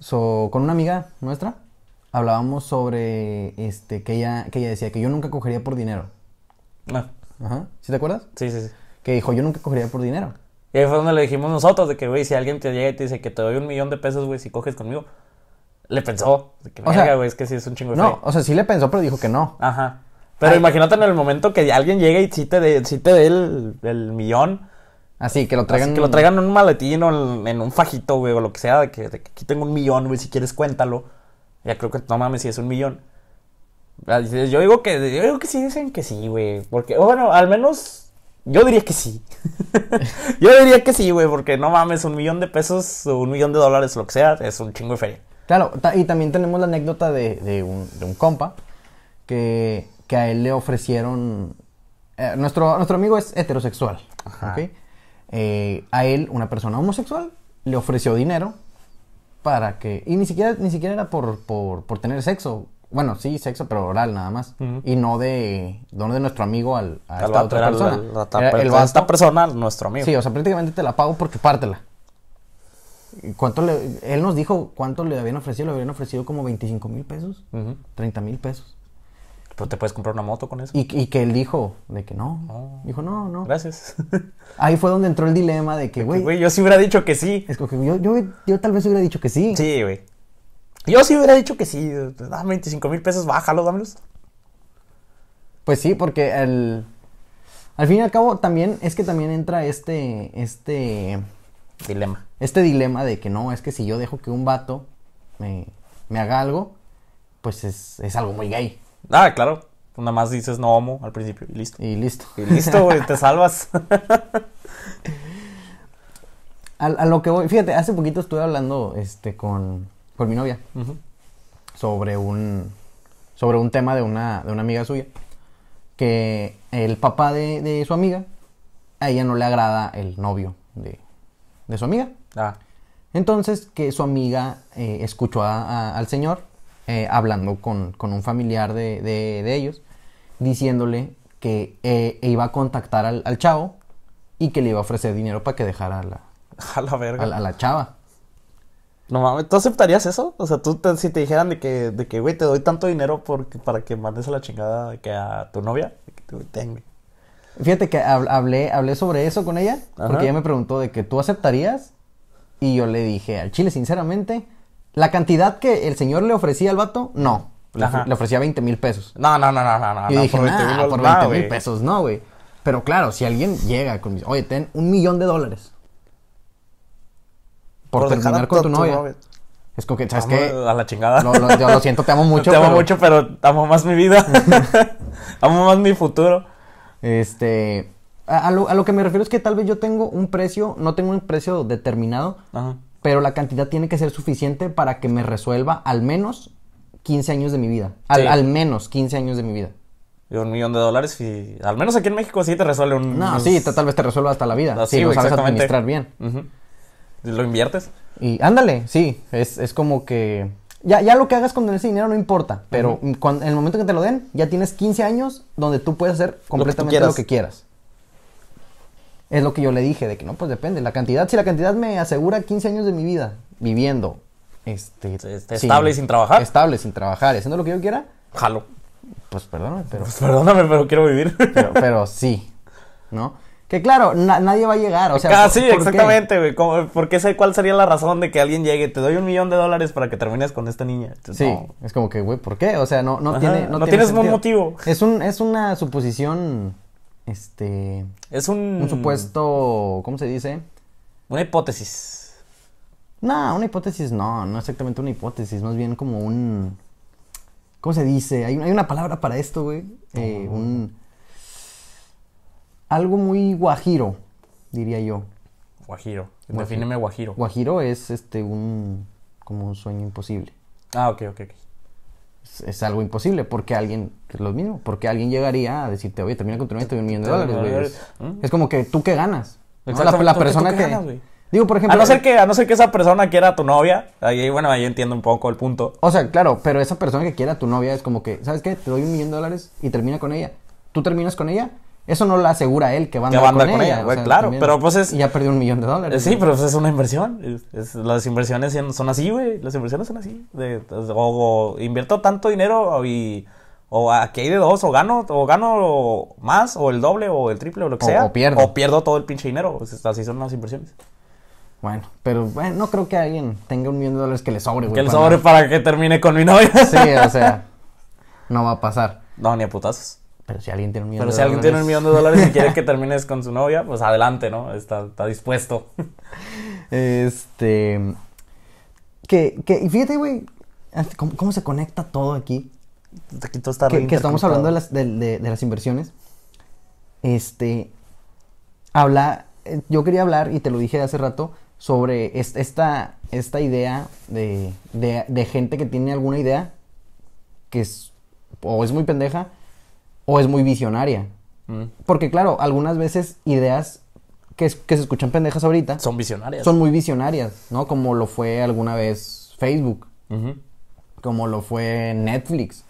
[SPEAKER 1] so- con una amiga nuestra, hablábamos sobre, este, que ella, que ella decía que yo nunca cogería por dinero.
[SPEAKER 2] No.
[SPEAKER 1] Ajá, ¿sí te acuerdas?
[SPEAKER 2] Ah, Sí, sí, sí.
[SPEAKER 1] Que dijo, yo nunca cogería por dinero.
[SPEAKER 2] Y ahí fue donde le dijimos nosotros de que, güey, si alguien te llega y te dice que te doy un millón de pesos, güey, si coges conmigo. Le pensó. De que,
[SPEAKER 1] O sea,
[SPEAKER 2] "Verga, güey, es que sí es un chingo de
[SPEAKER 1] No,
[SPEAKER 2] feria".
[SPEAKER 1] o sea, sí le pensó, pero dijo que no.
[SPEAKER 2] Ajá. Pero
[SPEAKER 1] Ay.
[SPEAKER 2] imagínate en el momento que alguien llegue y sí te dé sí te dé el, el millón.
[SPEAKER 1] Así, que lo
[SPEAKER 2] Así
[SPEAKER 1] traigan.
[SPEAKER 2] que lo traigan en un maletín o en- en un fajito, güey, o lo que sea, de que, de que aquí tengo un millón, güey, si quieres cuéntalo. Ya creo que, no mames, si es un millón. Ah, dices, Yo digo que, yo digo que sí dicen que sí, güey, porque, o bueno, al menos yo diría que sí. <laughs> yo diría que sí, güey, porque no mames, un millón de pesos o un millón de dólares, lo que sea, es un chingo de feria.
[SPEAKER 1] Claro, ta- y también tenemos la anécdota de, de un, de un compa que, que a él le ofrecieron. eh, nuestro, nuestro amigo es heterosexual.
[SPEAKER 2] Ajá.
[SPEAKER 1] ¿ok? Eh, a él, una persona homosexual, le ofreció dinero para que. Y ni siquiera, ni siquiera era por, por, por tener sexo. Bueno, sí, sexo, pero oral nada más.
[SPEAKER 2] Ujú.
[SPEAKER 1] Y no de, no de nuestro amigo al, a
[SPEAKER 2] Al
[SPEAKER 1] esta
[SPEAKER 2] vato,
[SPEAKER 1] otra
[SPEAKER 2] era
[SPEAKER 1] persona.
[SPEAKER 2] la- la-
[SPEAKER 1] Era
[SPEAKER 2] la-
[SPEAKER 1] el
[SPEAKER 2] esta
[SPEAKER 1] vato-
[SPEAKER 2] persona, nuestro amigo.
[SPEAKER 1] Sí, o sea, prácticamente te la pago por chupártela. ¿Y ¿Cuánto le, él nos dijo cuánto le habían ofrecido, le habían ofrecido como 25 mil pesos,
[SPEAKER 2] Ujú.
[SPEAKER 1] 30 mil pesos.
[SPEAKER 2] Pero te puedes comprar una moto con eso.
[SPEAKER 1] Y, y que él dijo, de que no. Dijo, no, no.
[SPEAKER 2] Gracias. <laughs>
[SPEAKER 1] Ahí fue donde entró el dilema de que, güey,
[SPEAKER 2] Güey, yo sí hubiera dicho que sí.
[SPEAKER 1] es como que yo, yo, yo tal vez hubiera dicho que sí.
[SPEAKER 2] Sí, güey. Yo sí hubiera dicho que sí. Dame 25 mil pesos, bájalo, dámelos.
[SPEAKER 1] Pues sí, porque el... Al fin y al cabo, también, es que también entra este, este,
[SPEAKER 2] Dilema.
[SPEAKER 1] este dilema de que no, es que si yo dejo que un vato me, me haga algo, pues es, es algo muy gay.
[SPEAKER 2] Ah, claro. Nada más dices no homo al principio y listo.
[SPEAKER 1] Y listo.
[SPEAKER 2] Y listo, güey, te salvas.
[SPEAKER 1] <laughs> A, a lo que voy, fíjate, hace poquito estuve hablando este, con, con mi novia sobre un sobre un tema de una, de una amiga suya que el papá de, de su amiga a ella no le agrada el novio de, de su amiga.
[SPEAKER 2] ah,
[SPEAKER 1] Entonces que su amiga eh, escuchó a- a- al señor eh, hablando con, con un familiar de, de- de ellos diciéndole que eh, iba a contactar al, al chavo y que le iba a ofrecer dinero para que dejara a la,
[SPEAKER 2] a la verga.
[SPEAKER 1] a la- a la chava.
[SPEAKER 2] No mames, ¿tú aceptarías eso? O sea, tú te- si te dijeran de que, de que, güey, te doy tanto dinero porque, para que mandes a la chingada de que a tu novia, de que te ten, güey.
[SPEAKER 1] Fíjate que hab- hablé, hablé sobre eso con ella,
[SPEAKER 2] Ajá.
[SPEAKER 1] porque ella me preguntó de que tú aceptarías, y yo le dije al chile, sinceramente, la cantidad que el señor le ofrecía al vato, no. Le,
[SPEAKER 2] Ajá.
[SPEAKER 1] ofre- le ofrecía 20 mil pesos.
[SPEAKER 2] No, no, no, no, no, no.
[SPEAKER 1] y yo
[SPEAKER 2] Ah, no,
[SPEAKER 1] dije,
[SPEAKER 2] por 20
[SPEAKER 1] "Nah,
[SPEAKER 2] mil, eh".
[SPEAKER 1] por
[SPEAKER 2] no,
[SPEAKER 1] 20 mil
[SPEAKER 2] güey.
[SPEAKER 1] pesos, no, güey. Pero claro, si alguien llega con, mis- oye, ten un millón de dólares por,
[SPEAKER 2] dejar a
[SPEAKER 1] terminar con tu novia. Es como que, ¿sabes
[SPEAKER 2] Vamos
[SPEAKER 1] qué?
[SPEAKER 2] A la chingada.
[SPEAKER 1] Lo, lo- yo lo siento, te amo mucho.
[SPEAKER 2] <laughs> te amo
[SPEAKER 1] pero,
[SPEAKER 2] mucho, pero amo más mi vida. <laughs> amo más mi futuro.
[SPEAKER 1] Este, a- a lo- a lo que me refiero es que tal vez yo tengo un precio, no tengo un precio determinado,
[SPEAKER 2] Ajá.
[SPEAKER 1] pero la cantidad tiene que ser suficiente para que me resuelva al menos 15 años de mi vida. Al,
[SPEAKER 2] Sí.
[SPEAKER 1] al menos 15 años de mi vida.
[SPEAKER 2] Y un millón de dólares y al menos aquí en México sí te resuelve un...
[SPEAKER 1] No,
[SPEAKER 2] unos-
[SPEAKER 1] sí, te- tal vez te resuelva hasta la vida.
[SPEAKER 2] así,
[SPEAKER 1] si lo
[SPEAKER 2] güey,
[SPEAKER 1] sabes
[SPEAKER 2] exactamente.
[SPEAKER 1] administrar bien.
[SPEAKER 2] Ujú. ¿Lo inviertes?
[SPEAKER 1] Y ándale, sí, es, es como que... Ya, ya lo que hagas con ese dinero no importa, pero cuan- en el momento que te lo den, ya tienes 15 años donde tú puedes hacer completamente
[SPEAKER 2] quieras.
[SPEAKER 1] lo que quieras. Es lo que yo le dije, de que no, pues depende. La cantidad, si la cantidad me asegura 15 años de mi vida viviendo, este...
[SPEAKER 2] Este, estable y sin trabajar.
[SPEAKER 1] Estable, sin trabajar, haciendo lo que yo quiera,
[SPEAKER 2] Jalo.
[SPEAKER 1] Pues perdóname, pero,
[SPEAKER 2] Pues perdóname, pero
[SPEAKER 1] <laughs>
[SPEAKER 2] quiero vivir.
[SPEAKER 1] pero, pero sí, ¿no? Que claro, na- nadie va a llegar,
[SPEAKER 2] <laughs>
[SPEAKER 1] o sea...
[SPEAKER 2] Ah,
[SPEAKER 1] ¿por-
[SPEAKER 2] sí,
[SPEAKER 1] por qué?
[SPEAKER 2] exactamente, güey. ¿Cómo- ¿Por qué sé cuál sería la razón de que alguien llegue? Te doy un millón de dólares para que termines con esta niña. Entonces,
[SPEAKER 1] Sí,
[SPEAKER 2] no.
[SPEAKER 1] es como que, güey, ¿por qué? O sea, no, no
[SPEAKER 2] Ajá,
[SPEAKER 1] tiene...
[SPEAKER 2] no tienes buen
[SPEAKER 1] sentido.
[SPEAKER 2] motivo.
[SPEAKER 1] Es, un, es una suposición, este...
[SPEAKER 2] Es un,
[SPEAKER 1] Un supuesto, ¿cómo se dice?
[SPEAKER 2] Una hipótesis.
[SPEAKER 1] No, una hipótesis no, no exactamente una hipótesis, más bien como un... ¿Cómo se dice? Hay, hay una palabra para esto, güey. eh, un... Algo muy guajiro, diría yo.
[SPEAKER 2] Guajiro. Defíneme guajiro.
[SPEAKER 1] Guajiro es este un como un sueño imposible.
[SPEAKER 2] Ah, ok, ok, ok.
[SPEAKER 1] Es, pues, es algo imposible porque alguien es lo mismo, porque alguien llegaría a decirte, "Oye, termina con tu novia, te doy un millón de
[SPEAKER 2] Te doy un
[SPEAKER 1] dólares."
[SPEAKER 2] millón de
[SPEAKER 1] güey. Es,
[SPEAKER 2] dólares.
[SPEAKER 1] es como que tú que ganas. ¿no? La- La,
[SPEAKER 2] Exactamente, tú que-
[SPEAKER 1] persona
[SPEAKER 2] tú
[SPEAKER 1] que,
[SPEAKER 2] que ganas, güey.
[SPEAKER 1] Digo, por ejemplo,
[SPEAKER 2] A no ser que, a no ser que esa persona que era tu novia, ahí, bueno, ahí entiendo un poco el punto.
[SPEAKER 1] o sea, claro, pero esa persona que quiera a tu novia es como que, ¿sabes qué? Te doy un millón de dólares y termina con ella. Tú terminas con ella, eso no la asegura él que va a
[SPEAKER 2] Que
[SPEAKER 1] andar,
[SPEAKER 2] va a andar
[SPEAKER 1] con,
[SPEAKER 2] con
[SPEAKER 1] ella,
[SPEAKER 2] ella, güey, claro, pero pues es-
[SPEAKER 1] y ya perdió un millón de
[SPEAKER 2] Eh,
[SPEAKER 1] dólares.
[SPEAKER 2] Sí,
[SPEAKER 1] güey.
[SPEAKER 2] pero pues es una inversión. Es- es- las inversiones son- son así, güey. Las inversiones son así. De- o, o invierto tanto dinero y... O aquí hay de dos, o gano, o gano más, o el doble, o el triple, o lo que
[SPEAKER 1] O-
[SPEAKER 2] sea.
[SPEAKER 1] o pierdo.
[SPEAKER 2] O pierdo todo el pinche dinero. Pues, es- así son las inversiones.
[SPEAKER 1] Bueno, pero bueno, no creo que alguien tenga un millón de dólares que le sobre, güey.
[SPEAKER 2] que el
[SPEAKER 1] para-
[SPEAKER 2] sobre para que termine con mi novia.
[SPEAKER 1] Sí, o sea, no va a pasar.
[SPEAKER 2] <laughs> No, ni a putazos.
[SPEAKER 1] Pero si alguien tiene un millón
[SPEAKER 2] Pero
[SPEAKER 1] de
[SPEAKER 2] si alguien tiene un
[SPEAKER 1] dólares-
[SPEAKER 2] millón de dólares y quiere que termines con su novia, pues adelante, ¿no? Está, está dispuesto.
[SPEAKER 1] Este. Que, que, y fíjate, güey, ¿cómo, cómo se conecta todo <laughs> aquí?
[SPEAKER 2] Todo está
[SPEAKER 1] Que, que estamos
[SPEAKER 2] reinterconectado.
[SPEAKER 1] hablando de las, de, de- de las inversiones. Este. Habla. eh, Yo quería hablar, y te lo dije hace rato, sobre es- esta, esta idea de, de, de gente que tiene alguna idea que es. O es muy pendeja, o es muy visionaria.
[SPEAKER 2] Mm.
[SPEAKER 1] Porque, claro, algunas veces ideas que, es- que se escuchan pendejas ahorita
[SPEAKER 2] Son visionarias.
[SPEAKER 1] son muy visionarias, ¿no? Como lo fue alguna vez Facebook,
[SPEAKER 2] Ujú.
[SPEAKER 1] como lo fue Netflix.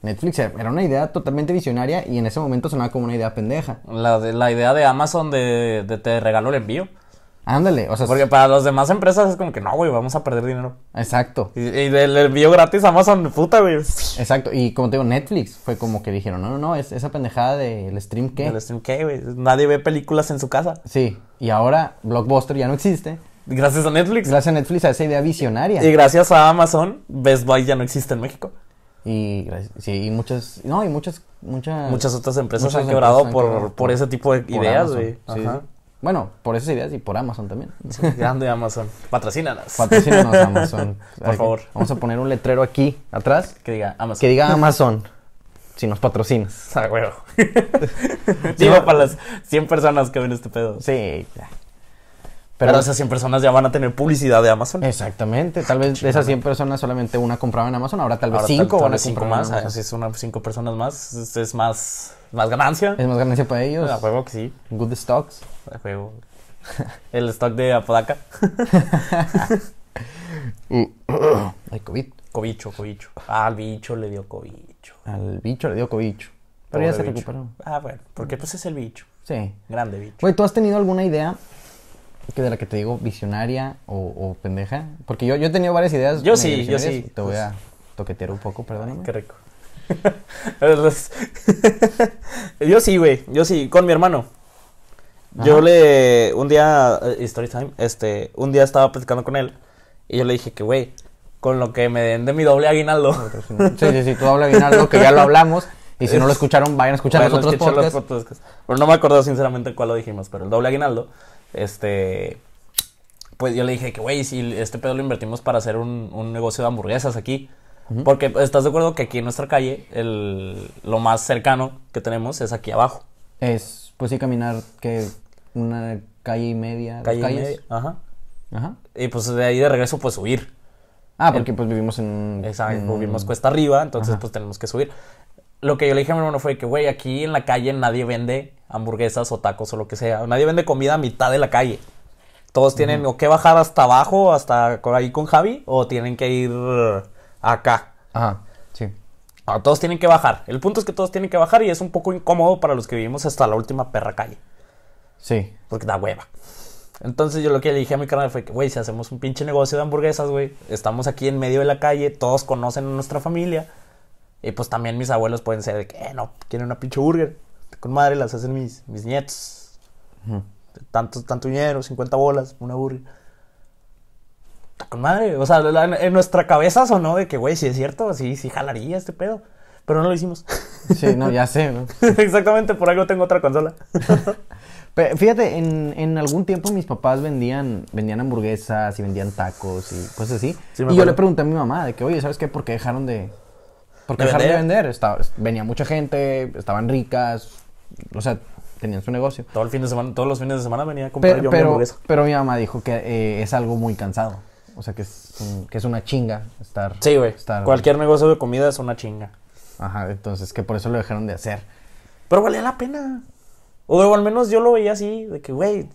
[SPEAKER 1] Netflix era una idea totalmente visionaria y en ese momento sonaba como una idea pendeja.
[SPEAKER 2] La, de- la idea de Amazon de, de te regalo el envío.
[SPEAKER 1] Ándale, o sea,
[SPEAKER 2] Porque para las demás empresas es como que no, güey, vamos a perder dinero.
[SPEAKER 1] exacto.
[SPEAKER 2] Y, y del envío gratis a Amazon, puta, güey.
[SPEAKER 1] Exacto, y como te digo, Netflix fue como que dijeron, no, no, no, es, esa pendejada del stream que...
[SPEAKER 2] Del stream, ¿qué, güey? Nadie ve películas en su casa.
[SPEAKER 1] Sí, y ahora Blockbuster ya no existe.
[SPEAKER 2] Gracias a Netflix.
[SPEAKER 1] Gracias a Netflix a esa idea visionaria.
[SPEAKER 2] Y gracias a Amazon, Best Buy ya no existe en México.
[SPEAKER 1] Y, gracias- sí, y muchas, no, y muchas, muchas...
[SPEAKER 2] Muchas otras empresas
[SPEAKER 1] Ah. muchas
[SPEAKER 2] han quebrado
[SPEAKER 1] empresas han
[SPEAKER 2] por,
[SPEAKER 1] quebrado
[SPEAKER 2] por ese tipo de
[SPEAKER 1] por
[SPEAKER 2] ideas,
[SPEAKER 1] Amazon,
[SPEAKER 2] güey.
[SPEAKER 1] sí,
[SPEAKER 2] Ajá.
[SPEAKER 1] sí. Bueno, por esas ideas y por Amazon también.
[SPEAKER 2] Grande Amazon. Patrocínalas. <laughs>
[SPEAKER 1] Patrocínanos Amazon.
[SPEAKER 2] Por favor.
[SPEAKER 1] Vamos a poner un letrero aquí, atrás,
[SPEAKER 2] que diga Amazon.
[SPEAKER 1] que diga Amazon, si nos patrocinas.
[SPEAKER 2] <laughs> Ah,
[SPEAKER 1] <laughs>
[SPEAKER 2] huevo. Digo, para las 100 personas que ven este pedo.
[SPEAKER 1] Sí, ya.
[SPEAKER 2] Pero, esas 100 personas ya van a tener publicidad de Amazon.
[SPEAKER 1] Exactamente, tal vez de esas 100 personas solamente una compraba en Amazon, ahora tal vez
[SPEAKER 2] Ahora
[SPEAKER 1] 5
[SPEAKER 2] tal- tal
[SPEAKER 1] van a
[SPEAKER 2] vez cinco
[SPEAKER 1] comprar en
[SPEAKER 2] más.
[SPEAKER 1] Amazon.
[SPEAKER 2] ah, Si son 5 personas más, es, es más, más ganancia.
[SPEAKER 1] Es más ganancia para ellos.
[SPEAKER 2] A huevo que sí.
[SPEAKER 1] Good stocks.
[SPEAKER 2] A huevo. <laughs> El stock de Apodaca.
[SPEAKER 1] Ay, COVID.
[SPEAKER 2] Cobicho, cobicho. Ah, al bicho le dio cobicho.
[SPEAKER 1] Al bicho le dio cobicho. Pero
[SPEAKER 2] Pobre
[SPEAKER 1] ya se
[SPEAKER 2] bicho.
[SPEAKER 1] recuperó.
[SPEAKER 2] Ah, bueno. Porque pues es el bicho.
[SPEAKER 1] Sí.
[SPEAKER 2] Grande bicho.
[SPEAKER 1] Güey, ¿tú has tenido alguna idea que de la que te digo visionaria o, o pendeja? Porque yo, yo he tenido varias ideas.
[SPEAKER 2] Yo
[SPEAKER 1] medio
[SPEAKER 2] sí, yo
[SPEAKER 1] visionarias.
[SPEAKER 2] sí. Pues
[SPEAKER 1] Te voy a toquetear un poco, perdóname.
[SPEAKER 2] Qué rico. <laughs> Los- <laughs> yo sí, güey. Yo sí, con mi hermano. Yo
[SPEAKER 1] Ajá.
[SPEAKER 2] le. Un día. eh, Story time. Este. Un día estaba platicando con él. Y yo le dije que, güey, con lo que me den de mi doble aguinaldo.
[SPEAKER 1] Sí, sí, sí, tú habla bien algo que ya lo hablamos. Y si no lo escucharon, vayan a escuchar
[SPEAKER 2] Vayan a
[SPEAKER 1] los otros
[SPEAKER 2] escuchar los
[SPEAKER 1] podcasts.
[SPEAKER 2] podcasts. Bueno, no me acuerdo sinceramente cuál lo dijimos, pero el doble aguinaldo. Este. Pues yo le dije que, güey, si este pedo lo invertimos para hacer un, un negocio de hamburguesas aquí. Porque pues, estás de acuerdo que aquí en nuestra calle, el, lo más cercano que tenemos es aquí abajo.
[SPEAKER 1] Es, pues sí, caminar que una calle y media. dos
[SPEAKER 2] Calle y
[SPEAKER 1] calles.
[SPEAKER 2] media, Ajá.
[SPEAKER 1] Ajá.
[SPEAKER 2] Y pues de ahí de regreso, pues subir.
[SPEAKER 1] Ah, porque pues vivimos en un-
[SPEAKER 2] Exacto,
[SPEAKER 1] en un-
[SPEAKER 2] vivimos cuesta arriba, entonces pues tenemos que subir. Lo que yo le dije a mi hermano fue que, güey, aquí en la calle nadie vende hamburguesas o tacos o lo que sea. Nadie vende comida a mitad de la calle. Todos tienen o que bajar hasta abajo, hasta con- ahí con Javi, o tienen que ir eh, acá.
[SPEAKER 1] Ajá, sí.
[SPEAKER 2] No, todos tienen que bajar. El punto es que todos tienen que bajar y es un poco incómodo para los que vivimos hasta la última perra calle.
[SPEAKER 1] Sí.
[SPEAKER 2] Porque da hueva. Entonces yo lo que le dije a mi canal fue que, güey, si hacemos un pinche negocio de hamburguesas, güey, estamos aquí en medio de la calle, todos conocen a nuestra familia. Y pues también mis abuelos pueden ser de que, "Eh, no, quieren una pinche burger. Con madre las hacen mis, mis nietos.
[SPEAKER 1] Ujú.
[SPEAKER 2] Tanto, tanto dinero, 50 bolas, una burger. Está Con madre, o sea, la- en nuestra cabeza sonó de que, güey, si es cierto, sí, sí jalaría este pedo. Pero no lo hicimos. <laughs>
[SPEAKER 1] Sí, no, ya sé, ¿no?
[SPEAKER 2] Exactamente, por algo tengo otra consola.
[SPEAKER 1] Pero fíjate, en, en algún tiempo mis papás vendían, vendían hamburguesas y vendían tacos y cosas así.
[SPEAKER 2] Sí, me
[SPEAKER 1] y yo
[SPEAKER 2] acuerdo.
[SPEAKER 1] le pregunté a mi mamá de que, oye, ¿sabes qué? ¿Por qué dejaron de, por qué
[SPEAKER 2] ¿De
[SPEAKER 1] dejaron de
[SPEAKER 2] vender?
[SPEAKER 1] vender? Estaba- venía mucha gente, estaban ricas, o sea, tenían su negocio.
[SPEAKER 2] Todo el fin de semana, todos los fines de semana venía a comprar
[SPEAKER 1] Pero,
[SPEAKER 2] yo mi
[SPEAKER 1] pero,
[SPEAKER 2] hamburguesa.
[SPEAKER 1] pero mi mamá dijo que eh, es algo muy cansado. O sea, que es, un- que es una chinga estar...
[SPEAKER 2] Sí, güey.
[SPEAKER 1] estar-
[SPEAKER 2] Cualquier negocio de comida es una chinga.
[SPEAKER 1] Ajá, entonces que por eso lo dejaron de hacer.
[SPEAKER 2] Pero valía la pena. O, o al menos yo lo veía así, de que, güey,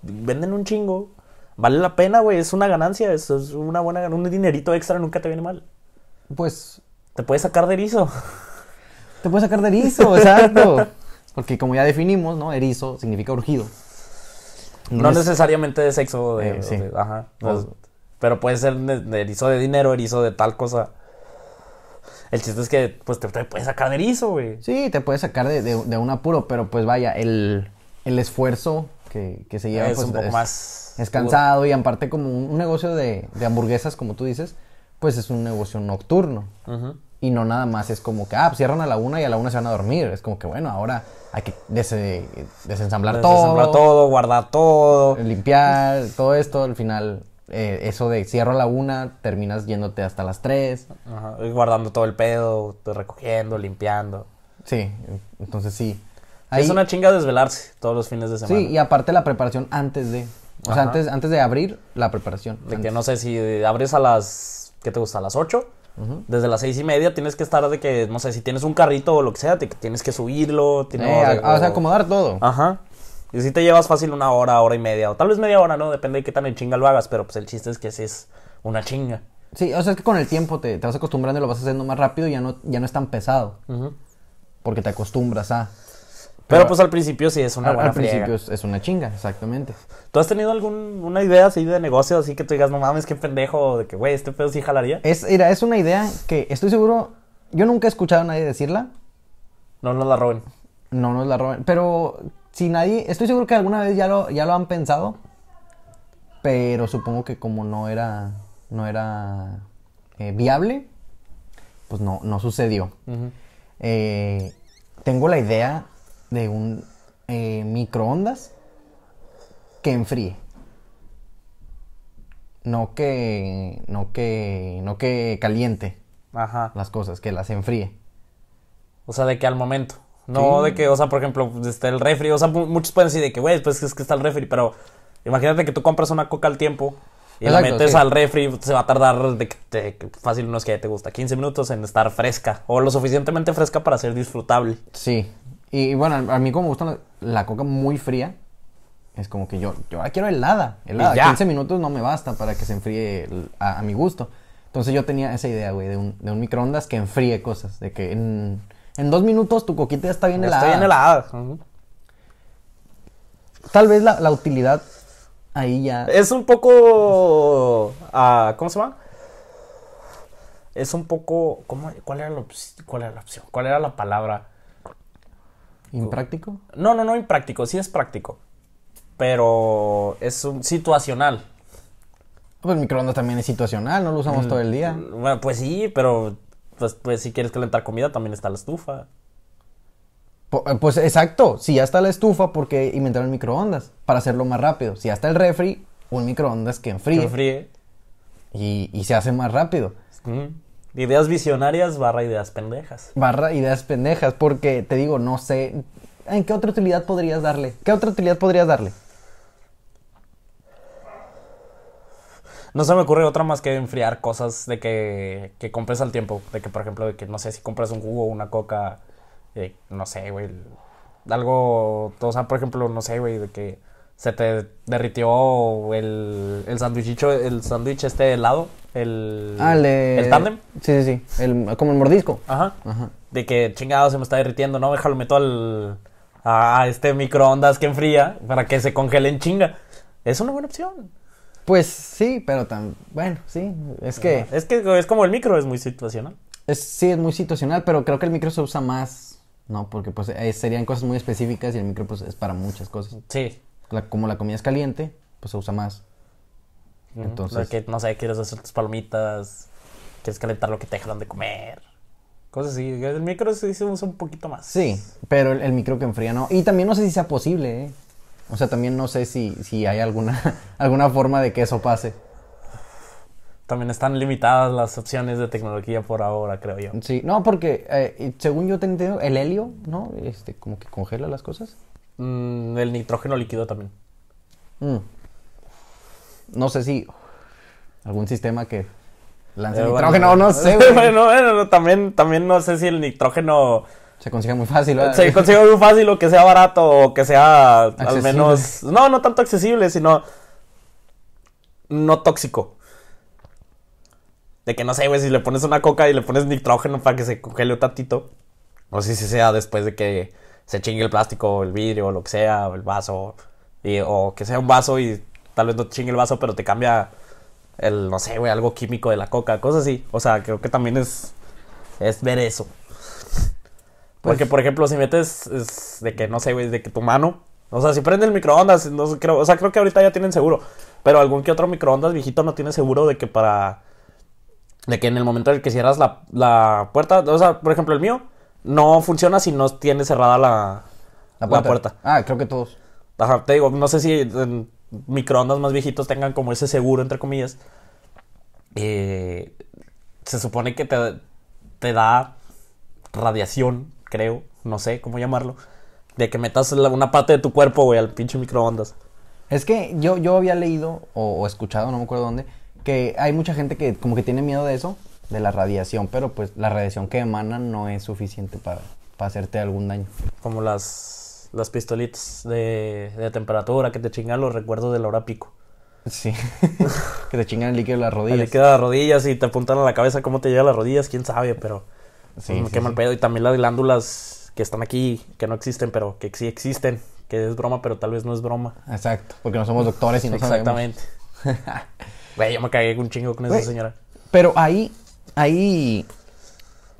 [SPEAKER 2] venden un chingo. Vale la pena, güey. Es una ganancia, es, es una buena gan- Un dinerito extra nunca te viene mal.
[SPEAKER 1] Pues
[SPEAKER 2] Te puedes sacar de erizo.
[SPEAKER 1] Te puedes sacar de erizo, <laughs> exacto. Porque como ya definimos, ¿no? Erizo significa urgido.
[SPEAKER 2] No,
[SPEAKER 1] es-
[SPEAKER 2] necesariamente de sexo. De,
[SPEAKER 1] Eh, sí.
[SPEAKER 2] de- ajá.
[SPEAKER 1] O-
[SPEAKER 2] Pues, pero puede ser de, de erizo de dinero, erizo de tal cosa. El chiste es que, pues, te, te puedes sacar de erizo, güey.
[SPEAKER 1] Sí, te puedes sacar de, de- de un apuro, pero pues vaya, el, el esfuerzo que, que se lleva
[SPEAKER 2] es
[SPEAKER 1] pues,
[SPEAKER 2] un poco más...
[SPEAKER 1] es cansado y aparte como un, un negocio de, de hamburguesas, como tú dices, pues es un negocio nocturno.
[SPEAKER 2] Ujú.
[SPEAKER 1] Y no nada más es como que, ah, cierran a la una y a la una se van a dormir. Es como que, bueno, ahora hay que dese- desensamblar
[SPEAKER 2] Desensamblar todo, guardar todo.
[SPEAKER 1] limpiar, todo esto, al final, eh, eso de cierro a la una, terminas yéndote hasta las tres.
[SPEAKER 2] Ajá, y guardando todo el pedo, todo recogiendo, limpiando.
[SPEAKER 1] Sí, entonces sí.
[SPEAKER 2] es
[SPEAKER 1] Ahí-
[SPEAKER 2] una chinga desvelarse todos los fines de semana.
[SPEAKER 1] sí, y aparte la preparación antes de. O sea,
[SPEAKER 2] Ajá.
[SPEAKER 1] antes, antes de abrir, la preparación.
[SPEAKER 2] De que
[SPEAKER 1] antes.
[SPEAKER 2] no sé si abres a las. ¿Qué te gusta? A las 8. Desde las seis y media tienes que estar de que, no sé, si tienes un carrito o lo que sea, te- tienes que subirlo.
[SPEAKER 1] Eh,
[SPEAKER 2] tienes-
[SPEAKER 1] a- a- o sea, acomodar todo.
[SPEAKER 2] Ajá. Y si te llevas fácil una hora, hora y media, o tal vez media hora, ¿no? Depende de qué tan en chinga lo hagas, pero pues el chiste es que sí es una chinga.
[SPEAKER 1] Sí, o sea, es que con el tiempo te, te vas acostumbrando y lo vas haciendo más rápido y ya no, ya no es tan pesado. Porque te acostumbras a.
[SPEAKER 2] Pero, pues al principio sí es una
[SPEAKER 1] al,
[SPEAKER 2] buena
[SPEAKER 1] al principio
[SPEAKER 2] friega.
[SPEAKER 1] es, es una chinga, exactamente.
[SPEAKER 2] ¿Tú has tenido alguna idea así de negocio así que tú digas, no mames, qué pendejo, de que, güey, este pedo sí jalaría?
[SPEAKER 1] Es, mira, es una idea que estoy seguro, yo nunca he escuchado a nadie decirla,
[SPEAKER 2] No nos la roben.
[SPEAKER 1] no nos la roben, pero si nadie, estoy seguro que alguna vez ya lo, ya lo han pensado, pero supongo que como no era, no era eh, viable, pues no, no sucedió. Eh, tengo la idea de un eh, microondas que enfríe. No que. No que. No que caliente
[SPEAKER 2] Ajá.
[SPEAKER 1] las cosas, que las enfríe.
[SPEAKER 2] O sea, de que al momento. No de que, o sea, por ejemplo, está el refri. O sea, mu- muchos pueden decir de que, güey, pues es que está el refri, pero imagínate que tú compras una coca al tiempo y la
[SPEAKER 1] Exacto,
[SPEAKER 2] metes
[SPEAKER 1] sí.
[SPEAKER 2] al refri, se va a tardar de que te- que fácil unos que te gusta 15 minutos en estar fresca o lo suficientemente fresca para ser disfrutable.
[SPEAKER 1] Sí. Y bueno, a- a mí como me gusta la, la coca muy fría, es como que yo, yo la quiero helada. Helada.
[SPEAKER 2] ya.
[SPEAKER 1] 15 minutos no me basta para que se enfríe el- a, a mi gusto. Entonces yo tenía esa idea, güey, de un, de un microondas que enfríe cosas. De que en, en dos minutos tu coquita ya está bien helada.
[SPEAKER 2] Está bien helada. Ujú.
[SPEAKER 1] Tal vez la, la utilidad ahí ya.
[SPEAKER 2] Es un poco. ah, ¿Cómo se llama? Es un poco. ¿cómo- cuál, era la opci- ¿Cuál era la opción? ¿Cuál era la palabra?
[SPEAKER 1] ¿Impráctico?
[SPEAKER 2] No, no, no impráctico, sí es práctico. Pero es un situacional.
[SPEAKER 1] Pues el microondas también es situacional, no lo
[SPEAKER 2] Mm.
[SPEAKER 1] usamos todo el día.
[SPEAKER 2] Bueno, pues sí, pero pues, pues si quieres calentar comida también está la estufa.
[SPEAKER 1] Po- eh, Pues exacto, si ya está la estufa, ¿por qué inventaron el microondas? Para hacerlo más rápido. Si ya está el refri, un microondas que enfríe
[SPEAKER 2] Que fríe.
[SPEAKER 1] y, y se hace más rápido.
[SPEAKER 2] Ujú. Ideas visionarias barra ideas pendejas.
[SPEAKER 1] Barra ideas pendejas, porque te digo, no sé. ¿En qué otra utilidad podrías darle? ¿Qué otra utilidad podrías darle?
[SPEAKER 2] No se me ocurre otra más que enfriar cosas de que, que compres al tiempo. De que, por ejemplo, de que no sé si compras un jugo, una coca, eh, no sé, güey. el- Algo, o sea, por ejemplo, no sé, güey, de que se te derritió el, el sándwichicho, el sándwich este helado, el,
[SPEAKER 1] Ah, el de-
[SPEAKER 2] el tándem.
[SPEAKER 1] Sí, sí, sí. El- como el mordisco.
[SPEAKER 2] Ajá.
[SPEAKER 1] Ajá.
[SPEAKER 2] De que chingado se me está derritiendo, ¿no? Déjalo meto al. a este microondas que enfría para que se congele en chinga. Es una buena opción.
[SPEAKER 1] Pues sí, pero tan. Bueno, sí. Es que.
[SPEAKER 2] Es que es como el micro, es muy situacional.
[SPEAKER 1] Es- sí, es muy situacional, pero creo que el micro se usa más, ¿no? Porque pues eh, serían cosas muy específicas y el micro pues es para muchas cosas.
[SPEAKER 2] Sí.
[SPEAKER 1] La- como la comida es caliente, pues se usa más.
[SPEAKER 2] Entonces.
[SPEAKER 1] Entonces-
[SPEAKER 2] que, no sé, quieres hacer tus palomitas, quieres calentar lo que te dejaron de comer. Cosas así. El micro sí se usa un poquito más.
[SPEAKER 1] Sí, pero el, el micro que enfría no. Y también no sé si sea posible, ¿eh? O sea, también no sé si, si hay alguna, <laughs> alguna forma de que eso pase.
[SPEAKER 2] También están limitadas las opciones de tecnología por ahora, creo yo.
[SPEAKER 1] Sí, no, porque eh, y según yo te entiendo, el helio, ¿no? Este, como que congela las cosas.
[SPEAKER 2] Mm, el nitrógeno líquido también.
[SPEAKER 1] Mm. No sé si algún sistema que lance
[SPEAKER 2] Eh, bueno,
[SPEAKER 1] Ah, nitrógeno, no sé, güey.
[SPEAKER 2] <laughs> bueno, bueno, no, también, también no sé si el nitrógeno
[SPEAKER 1] Se consigue muy fácil, ¿verdad?
[SPEAKER 2] se consigue muy fácil o que sea barato o que sea al
[SPEAKER 1] Accesible.
[SPEAKER 2] menos. No, no tanto accesible, sino. No tóxico. De que no sé, güey, si le pones una coca y le pones nitrógeno para que se congele un tantito. O si se sea después de que se chingue el plástico, o el vidrio, o lo que sea, o el vaso. y- o que sea un vaso y tal vez no te chingue el vaso, pero te cambia el, no sé, güey, algo químico de la coca, cosas así. O sea, creo que también es, es ver eso. Pues Porque, por ejemplo, si metes es de que, no sé, güey, de que tu mano. O sea, si prende el microondas, no sé, creo, o sea, creo que ahorita ya tienen seguro. Pero algún que otro microondas viejito no tiene seguro de que para. De que en el momento en el que cierras la, la puerta. O sea, por ejemplo, el mío no funciona si no tiene cerrada la, la puerta.
[SPEAKER 1] Ah, creo que todos.
[SPEAKER 2] Ajá, te digo, no sé si en microondas más viejitos tengan como ese seguro, entre comillas. Eh, se supone que te, te da radiación, creo, no sé cómo llamarlo, de que metas la- una parte de tu cuerpo, güey, al pinche microondas.
[SPEAKER 1] Es que yo, yo había leído o, o escuchado, no me acuerdo dónde, que hay mucha gente que como que tiene miedo de eso, de la radiación, pero pues la radiación que emana no es suficiente para, para hacerte algún daño.
[SPEAKER 2] Como las, las pistolitas de, de temperatura que te chingan los recuerdos de la hora pico.
[SPEAKER 1] Sí. <laughs> que te chingan el líquido de las
[SPEAKER 2] Te le
[SPEAKER 1] rodillas.
[SPEAKER 2] queda las rodillas y te apuntan a la cabeza cómo te llega a las rodillas, quién sabe, pero
[SPEAKER 1] Sí,
[SPEAKER 2] mm,
[SPEAKER 1] sí,
[SPEAKER 2] qué mal pedo. Y también las glándulas pues que están aquí, que no existen, pero que sí existen, que es broma, pero tal vez no es broma.
[SPEAKER 1] Exacto, porque no somos doctores y Pues no sabemos.
[SPEAKER 2] Exactamente.
[SPEAKER 1] <laughs>
[SPEAKER 2] Güey, yo me cagué un chingo con esa
[SPEAKER 1] Güey.
[SPEAKER 2] señora.
[SPEAKER 1] Pero ahí, ahí,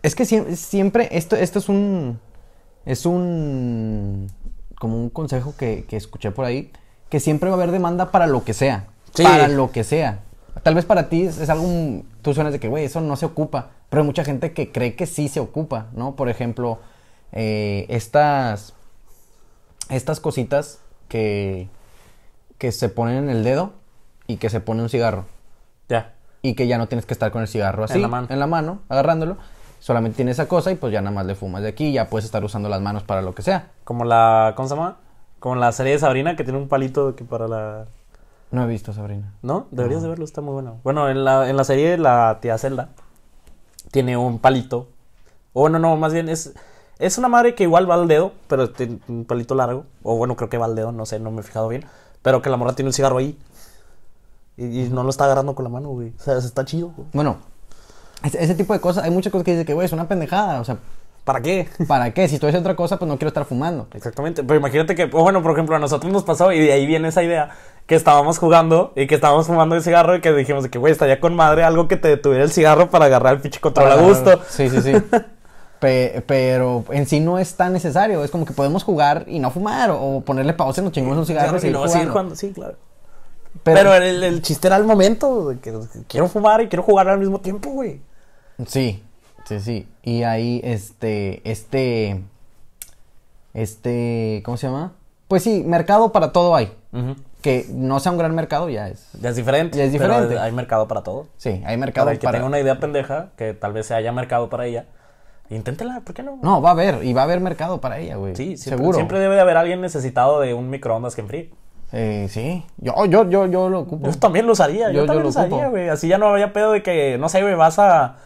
[SPEAKER 1] es que siem- siempre, esto, esto es un, es un, como un consejo que, que escuché por ahí, que siempre va a haber demanda para lo que sea,
[SPEAKER 2] Sí.
[SPEAKER 1] para lo que sea. Tal vez para ti es, es algo, un- tú suenas de que, güey, eso no se ocupa, pero hay mucha gente que cree que sí se ocupa, ¿no? Por ejemplo, eh, estas, estas cositas que, que se ponen en el dedo y que se pone un cigarro
[SPEAKER 2] Ya.
[SPEAKER 1] y que ya no tienes que estar con el cigarro así,
[SPEAKER 2] En la mano.
[SPEAKER 1] mano, agarrándolo. Solamente tienes esa cosa y pues ya nada más le fumas de aquí y ya puedes estar usando las manos para lo que sea.
[SPEAKER 2] Como la, ¿cómo se llama? Como la serie de Sabrina que tiene un palito que para la...
[SPEAKER 1] No he visto, Sabrina.
[SPEAKER 2] ¿No? Deberías de verlo, está muy bueno. Bueno, en la, en la serie la tía Zelda tiene un palito. O bueno, no, más bien es, es una madre que igual va al dedo, pero tiene un palito largo. O bueno, creo que va al dedo, no sé, no me he fijado bien. Pero que la morra tiene un cigarro ahí. Y, y no lo está agarrando con la mano, güey. O sea, eso está chido. güey.
[SPEAKER 1] Bueno, ese, ese tipo de cosas, hay muchas cosas que dices que, güey, es una pendejada, o sea,
[SPEAKER 2] ¿Para qué? <laughs>
[SPEAKER 1] ¿para qué? Si estoy haciendo otra cosa, pues no quiero estar fumando.
[SPEAKER 2] Exactamente, pero imagínate que, o bueno, por ejemplo, a nosotros nos pasó y de ahí viene esa idea que estábamos jugando y que estábamos fumando el cigarro y que dijimos de que, güey, estaría con madre algo que te detuviera el cigarro para agarrar el pinche control a gusto.
[SPEAKER 1] Sí, sí,
[SPEAKER 2] <laughs>
[SPEAKER 1] sí. Pe- pero en sí no es tan necesario, es como que podemos jugar y no fumar o, o ponerle pausa y nos chingamos un cigarro y
[SPEAKER 2] y
[SPEAKER 1] seguir
[SPEAKER 2] luego seguir
[SPEAKER 1] jugando.
[SPEAKER 2] jugando, sí, claro.
[SPEAKER 1] Pero-
[SPEAKER 2] Pero, el, el chiste era el momento, de que que quiero fumar y quiero jugar al mismo tiempo, güey.
[SPEAKER 1] Sí, sí, sí. Y ahí, este, este, este, ¿cómo se llama? Pues sí, mercado para todo hay. Que no sea un gran mercado ya es.
[SPEAKER 2] Ya es diferente.
[SPEAKER 1] Ya es
[SPEAKER 2] pero
[SPEAKER 1] diferente.
[SPEAKER 2] hay mercado para todo.
[SPEAKER 1] Sí, hay mercado
[SPEAKER 2] Cada
[SPEAKER 1] para...
[SPEAKER 2] que tenga una idea pendeja, que tal vez se haya mercado para ella, inténtela, ¿por qué no?
[SPEAKER 1] No, va a haber, y va a haber mercado para ella, güey.
[SPEAKER 2] Sí, siempre,
[SPEAKER 1] seguro.
[SPEAKER 2] siempre debe de haber alguien necesitado de un microondas que enfríe.
[SPEAKER 1] Eh, sí, yo, yo, yo, yo lo ocupo.
[SPEAKER 2] Yo también lo usaría, yo,
[SPEAKER 1] Yo- yo
[SPEAKER 2] también
[SPEAKER 1] lo
[SPEAKER 2] lo usaría,
[SPEAKER 1] ocupo.
[SPEAKER 2] güey. Así ya no habría pedo de que, no sé, güey, vas a.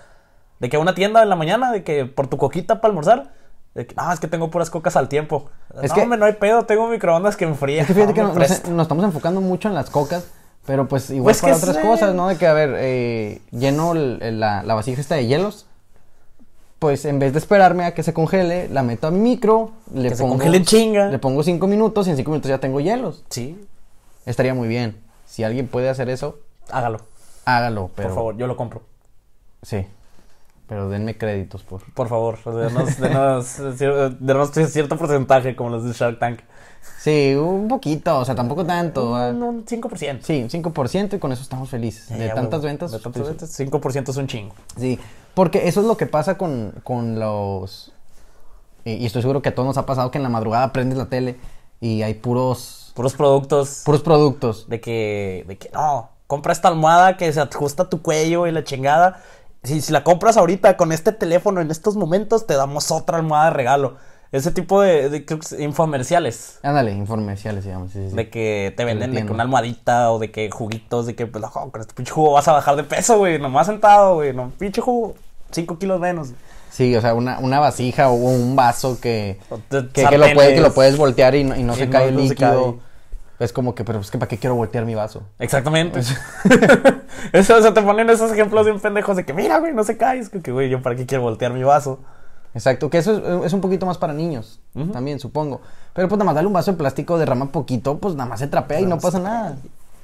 [SPEAKER 2] de que a una tienda en la mañana, de que por tu coquita para almorzar. De que, no, es que tengo puras cocas al tiempo.
[SPEAKER 1] Es
[SPEAKER 2] no,
[SPEAKER 1] que-
[SPEAKER 2] hombre, no hay pedo, tengo microondas que enfría.
[SPEAKER 1] Es que fíjate
[SPEAKER 2] No,
[SPEAKER 1] que
[SPEAKER 2] me
[SPEAKER 1] no- nos,
[SPEAKER 2] presta.
[SPEAKER 1] nos estamos enfocando mucho en las cocas, pero pues igual
[SPEAKER 2] Pues
[SPEAKER 1] para
[SPEAKER 2] que
[SPEAKER 1] otras
[SPEAKER 2] sé.
[SPEAKER 1] cosas, ¿no? De que, a ver, eh, lleno el- el- la, la vasija esta de hielos, pues en vez de esperarme a que se congele, la meto a mi micro, le
[SPEAKER 2] Que se
[SPEAKER 1] pongo...
[SPEAKER 2] congele en chinga.
[SPEAKER 1] Le pongo cinco minutos y en cinco minutos ya tengo hielos.
[SPEAKER 2] Sí,
[SPEAKER 1] Estaría muy bien. Si alguien puede hacer eso,
[SPEAKER 2] hágalo,
[SPEAKER 1] hágalo, pero...
[SPEAKER 2] por favor, yo lo compro.
[SPEAKER 1] Sí. Pero denme créditos, por...
[SPEAKER 2] Por favor, denos, denos, cier- denos cierto porcentaje como los de Shark Tank.
[SPEAKER 1] Sí, un poquito, o sea, tampoco tanto. ah,
[SPEAKER 2] Un, un 5%.
[SPEAKER 1] Sí, un 5% y con eso estamos felices.
[SPEAKER 2] Sí,
[SPEAKER 1] de
[SPEAKER 2] ya,
[SPEAKER 1] tantas
[SPEAKER 2] güey,
[SPEAKER 1] ventas.
[SPEAKER 2] De tantas
[SPEAKER 1] sí,
[SPEAKER 2] ventas, 5% es un chingo.
[SPEAKER 1] Sí, porque eso es lo que pasa con, con los... Y, y estoy seguro que a todos nos ha pasado que en la madrugada prendes la tele y hay puros...
[SPEAKER 2] Puros productos.
[SPEAKER 1] Puros productos.
[SPEAKER 2] De que, de que no, compra esta almohada que se ajusta a tu cuello y la chingada. Si, si la compras ahorita con este teléfono en estos momentos, te damos otra almohada de regalo. Ese tipo de, de creo que es infomerciales.
[SPEAKER 1] Ándale, informerciales, digamos. Sí, sí, sí.
[SPEAKER 2] De que te venden de que
[SPEAKER 1] entiendo.
[SPEAKER 2] una almohadita o de que juguitos, de que pues, no, con este pinche jugo vas a bajar de peso, güey. Nomás sentado, güey. No, pinche jugo. 5 kilos menos.
[SPEAKER 1] Sí, o sea, una, una vasija o un vaso que,
[SPEAKER 2] O
[SPEAKER 1] que,
[SPEAKER 2] te-
[SPEAKER 1] que lo puedes, que lo
[SPEAKER 2] sartenes.
[SPEAKER 1] puedes voltear y no, y no
[SPEAKER 2] Sí,
[SPEAKER 1] se
[SPEAKER 2] no-
[SPEAKER 1] cae el
[SPEAKER 2] no se
[SPEAKER 1] líquido.
[SPEAKER 2] cae.
[SPEAKER 1] Es como que, pero es que ¿para qué quiero voltear mi vaso?
[SPEAKER 2] Exactamente.
[SPEAKER 1] Pues,
[SPEAKER 2] <laughs> Eso, o sea, te ponen esos ejemplos bien pendejos de que, mira, güey, no se cae. Es como que, güey, yo para qué quiero voltear mi vaso.
[SPEAKER 1] Exacto, que eso es, es un poquito más para niños, también supongo. Pero pues nada más dale un vaso de plástico, derrama poquito, pues nada más se trapea y no pasa nada.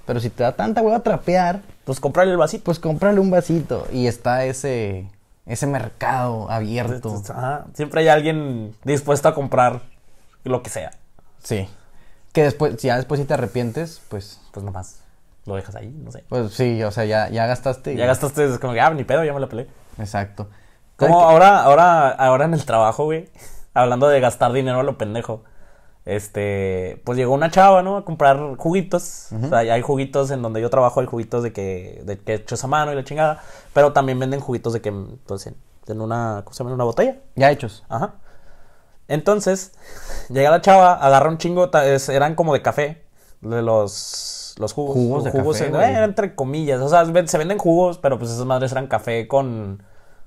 [SPEAKER 1] Pero si te da tanta hueva trapear,
[SPEAKER 2] Pues comprarle el vasito.
[SPEAKER 1] pues cómprale un vasito y está ese, ese mercado abierto.
[SPEAKER 2] Ajá, Siempre hay alguien dispuesto a comprar lo que sea.
[SPEAKER 1] Sí. Que después, si ya después si te arrepientes, pues,
[SPEAKER 2] Pues nomás lo dejas ahí, no sé.
[SPEAKER 1] pues sí, o sea, ya, ya gastaste. y-
[SPEAKER 2] Ya gastaste, es como que, ah, ni pedo, ya me la peleé.
[SPEAKER 1] Exacto.
[SPEAKER 2] Como ahora, ahora, ahora en el trabajo, güey. <laughs> Hablando de gastar dinero a lo pendejo. Este, pues llegó una chava, ¿no? A comprar juguitos. O sea, hay juguitos en donde yo trabajo, hay juguitos de que, de que hechos a mano y la chingada. Pero también venden juguitos de que, pues, en, en una, ¿cómo se llama? En una botella.
[SPEAKER 1] Ya hechos.
[SPEAKER 2] Ajá. Entonces, llega la chava, agarra un chingo, ta- es- eran como de café, de los, los jugos.
[SPEAKER 1] Jugos de
[SPEAKER 2] los
[SPEAKER 1] café,
[SPEAKER 2] en-
[SPEAKER 1] güey.
[SPEAKER 2] eh, entre comillas, o sea, ven- se venden jugos, pero pues esas madres eran café con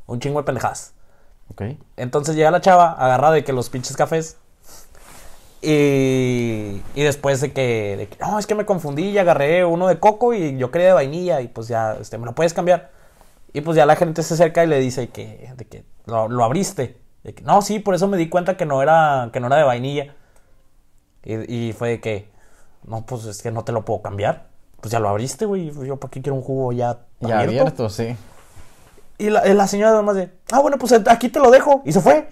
[SPEAKER 2] un chingo de pendejadas.
[SPEAKER 1] Ok.
[SPEAKER 2] Entonces llega la chava, agarra de que los pinches cafés. Y, y después de que, de que, no, es que me confundí y agarré uno de coco y yo quería de vainilla y pues ya, este, me lo puedes cambiar. Y pues ya la gente se acerca y le dice que, de que lo, lo abriste. De que, no, sí, por eso me di cuenta que no era, que no era de vainilla. Y, y fue de que, no, pues es que no te lo puedo cambiar. Pues ya lo abriste, güey. Yo, ¿para qué quiero un jugo ya
[SPEAKER 1] Ya abierto, sí.
[SPEAKER 2] y la, la señora además de, ah, bueno, pues aquí te lo dejo. Y se fue.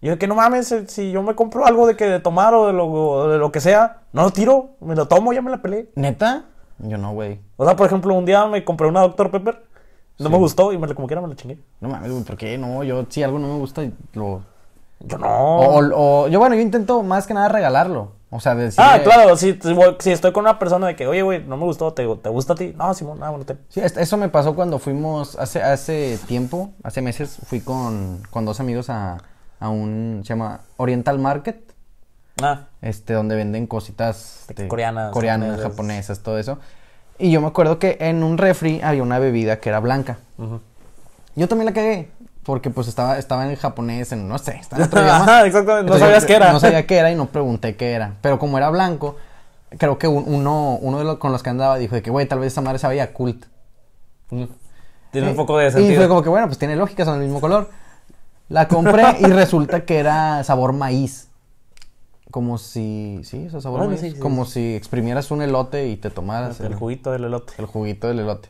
[SPEAKER 2] Y yo de que no mames, eh, si yo me compro algo de que de tomar o de lo, o de lo que sea, no lo tiro, me lo tomo, ya me la peleé.
[SPEAKER 1] ¿Neta? Yo no, güey.
[SPEAKER 2] O sea, por ejemplo, un día me compré una Dr. Pepper, no me gustó y me, la- como quiera me la chingué.
[SPEAKER 1] No mames, güey, ¿por qué? No, yo si algo no me gusta, lo...
[SPEAKER 2] Yo
[SPEAKER 1] O,
[SPEAKER 2] no.
[SPEAKER 1] o- yo, bueno, yo intento más que nada regalarlo. O sea, decir...
[SPEAKER 2] ah, claro, si, si voy- si estoy con una persona de que, oye, güey, no me gustó, ¿te, te gusta a ti? No, Simón, ah, bueno, te...
[SPEAKER 1] Sí, es- eso me pasó cuando fuimos hace, hace tiempo, hace meses, fui con, con dos amigos a, a un, se llama Oriental Market,
[SPEAKER 2] <laughs> Ah,
[SPEAKER 1] este, donde venden cositas
[SPEAKER 2] De que coreanas,
[SPEAKER 1] coreanas,
[SPEAKER 2] japonesas.
[SPEAKER 1] japonesas, todo eso. Y yo me acuerdo que en un refri había una bebida que era blanca. Yo también la cagué, porque pues estaba, estaba en japonés, en no sé, estaba en
[SPEAKER 2] <laughs>
[SPEAKER 1] otro idioma.
[SPEAKER 2] Ajá, exactamente, no
[SPEAKER 1] Entonces,
[SPEAKER 2] sabías
[SPEAKER 1] yo
[SPEAKER 2] qué era.
[SPEAKER 1] No
[SPEAKER 2] <laughs>
[SPEAKER 1] sabía qué era y no pregunté qué era. Pero como era blanco, creo que un- uno, uno de los con los que andaba dijo de que, güey, tal vez esa madre sabía cult.
[SPEAKER 2] Mm. Tiene
[SPEAKER 1] Eh,
[SPEAKER 2] un poco de
[SPEAKER 1] Y fue
[SPEAKER 2] sentido.
[SPEAKER 1] como que, bueno, pues tiene lógica, son del mismo color. La compré
[SPEAKER 2] <laughs>
[SPEAKER 1] y resulta que era sabor maíz. Como si. Sí, eso, sabor
[SPEAKER 2] Bueno,
[SPEAKER 1] maíz.
[SPEAKER 2] Ah, sí, sí,
[SPEAKER 1] como si exprimieras un elote y te tomaras el,
[SPEAKER 2] "Ah, El juguito del elote.
[SPEAKER 1] el juguito del elote.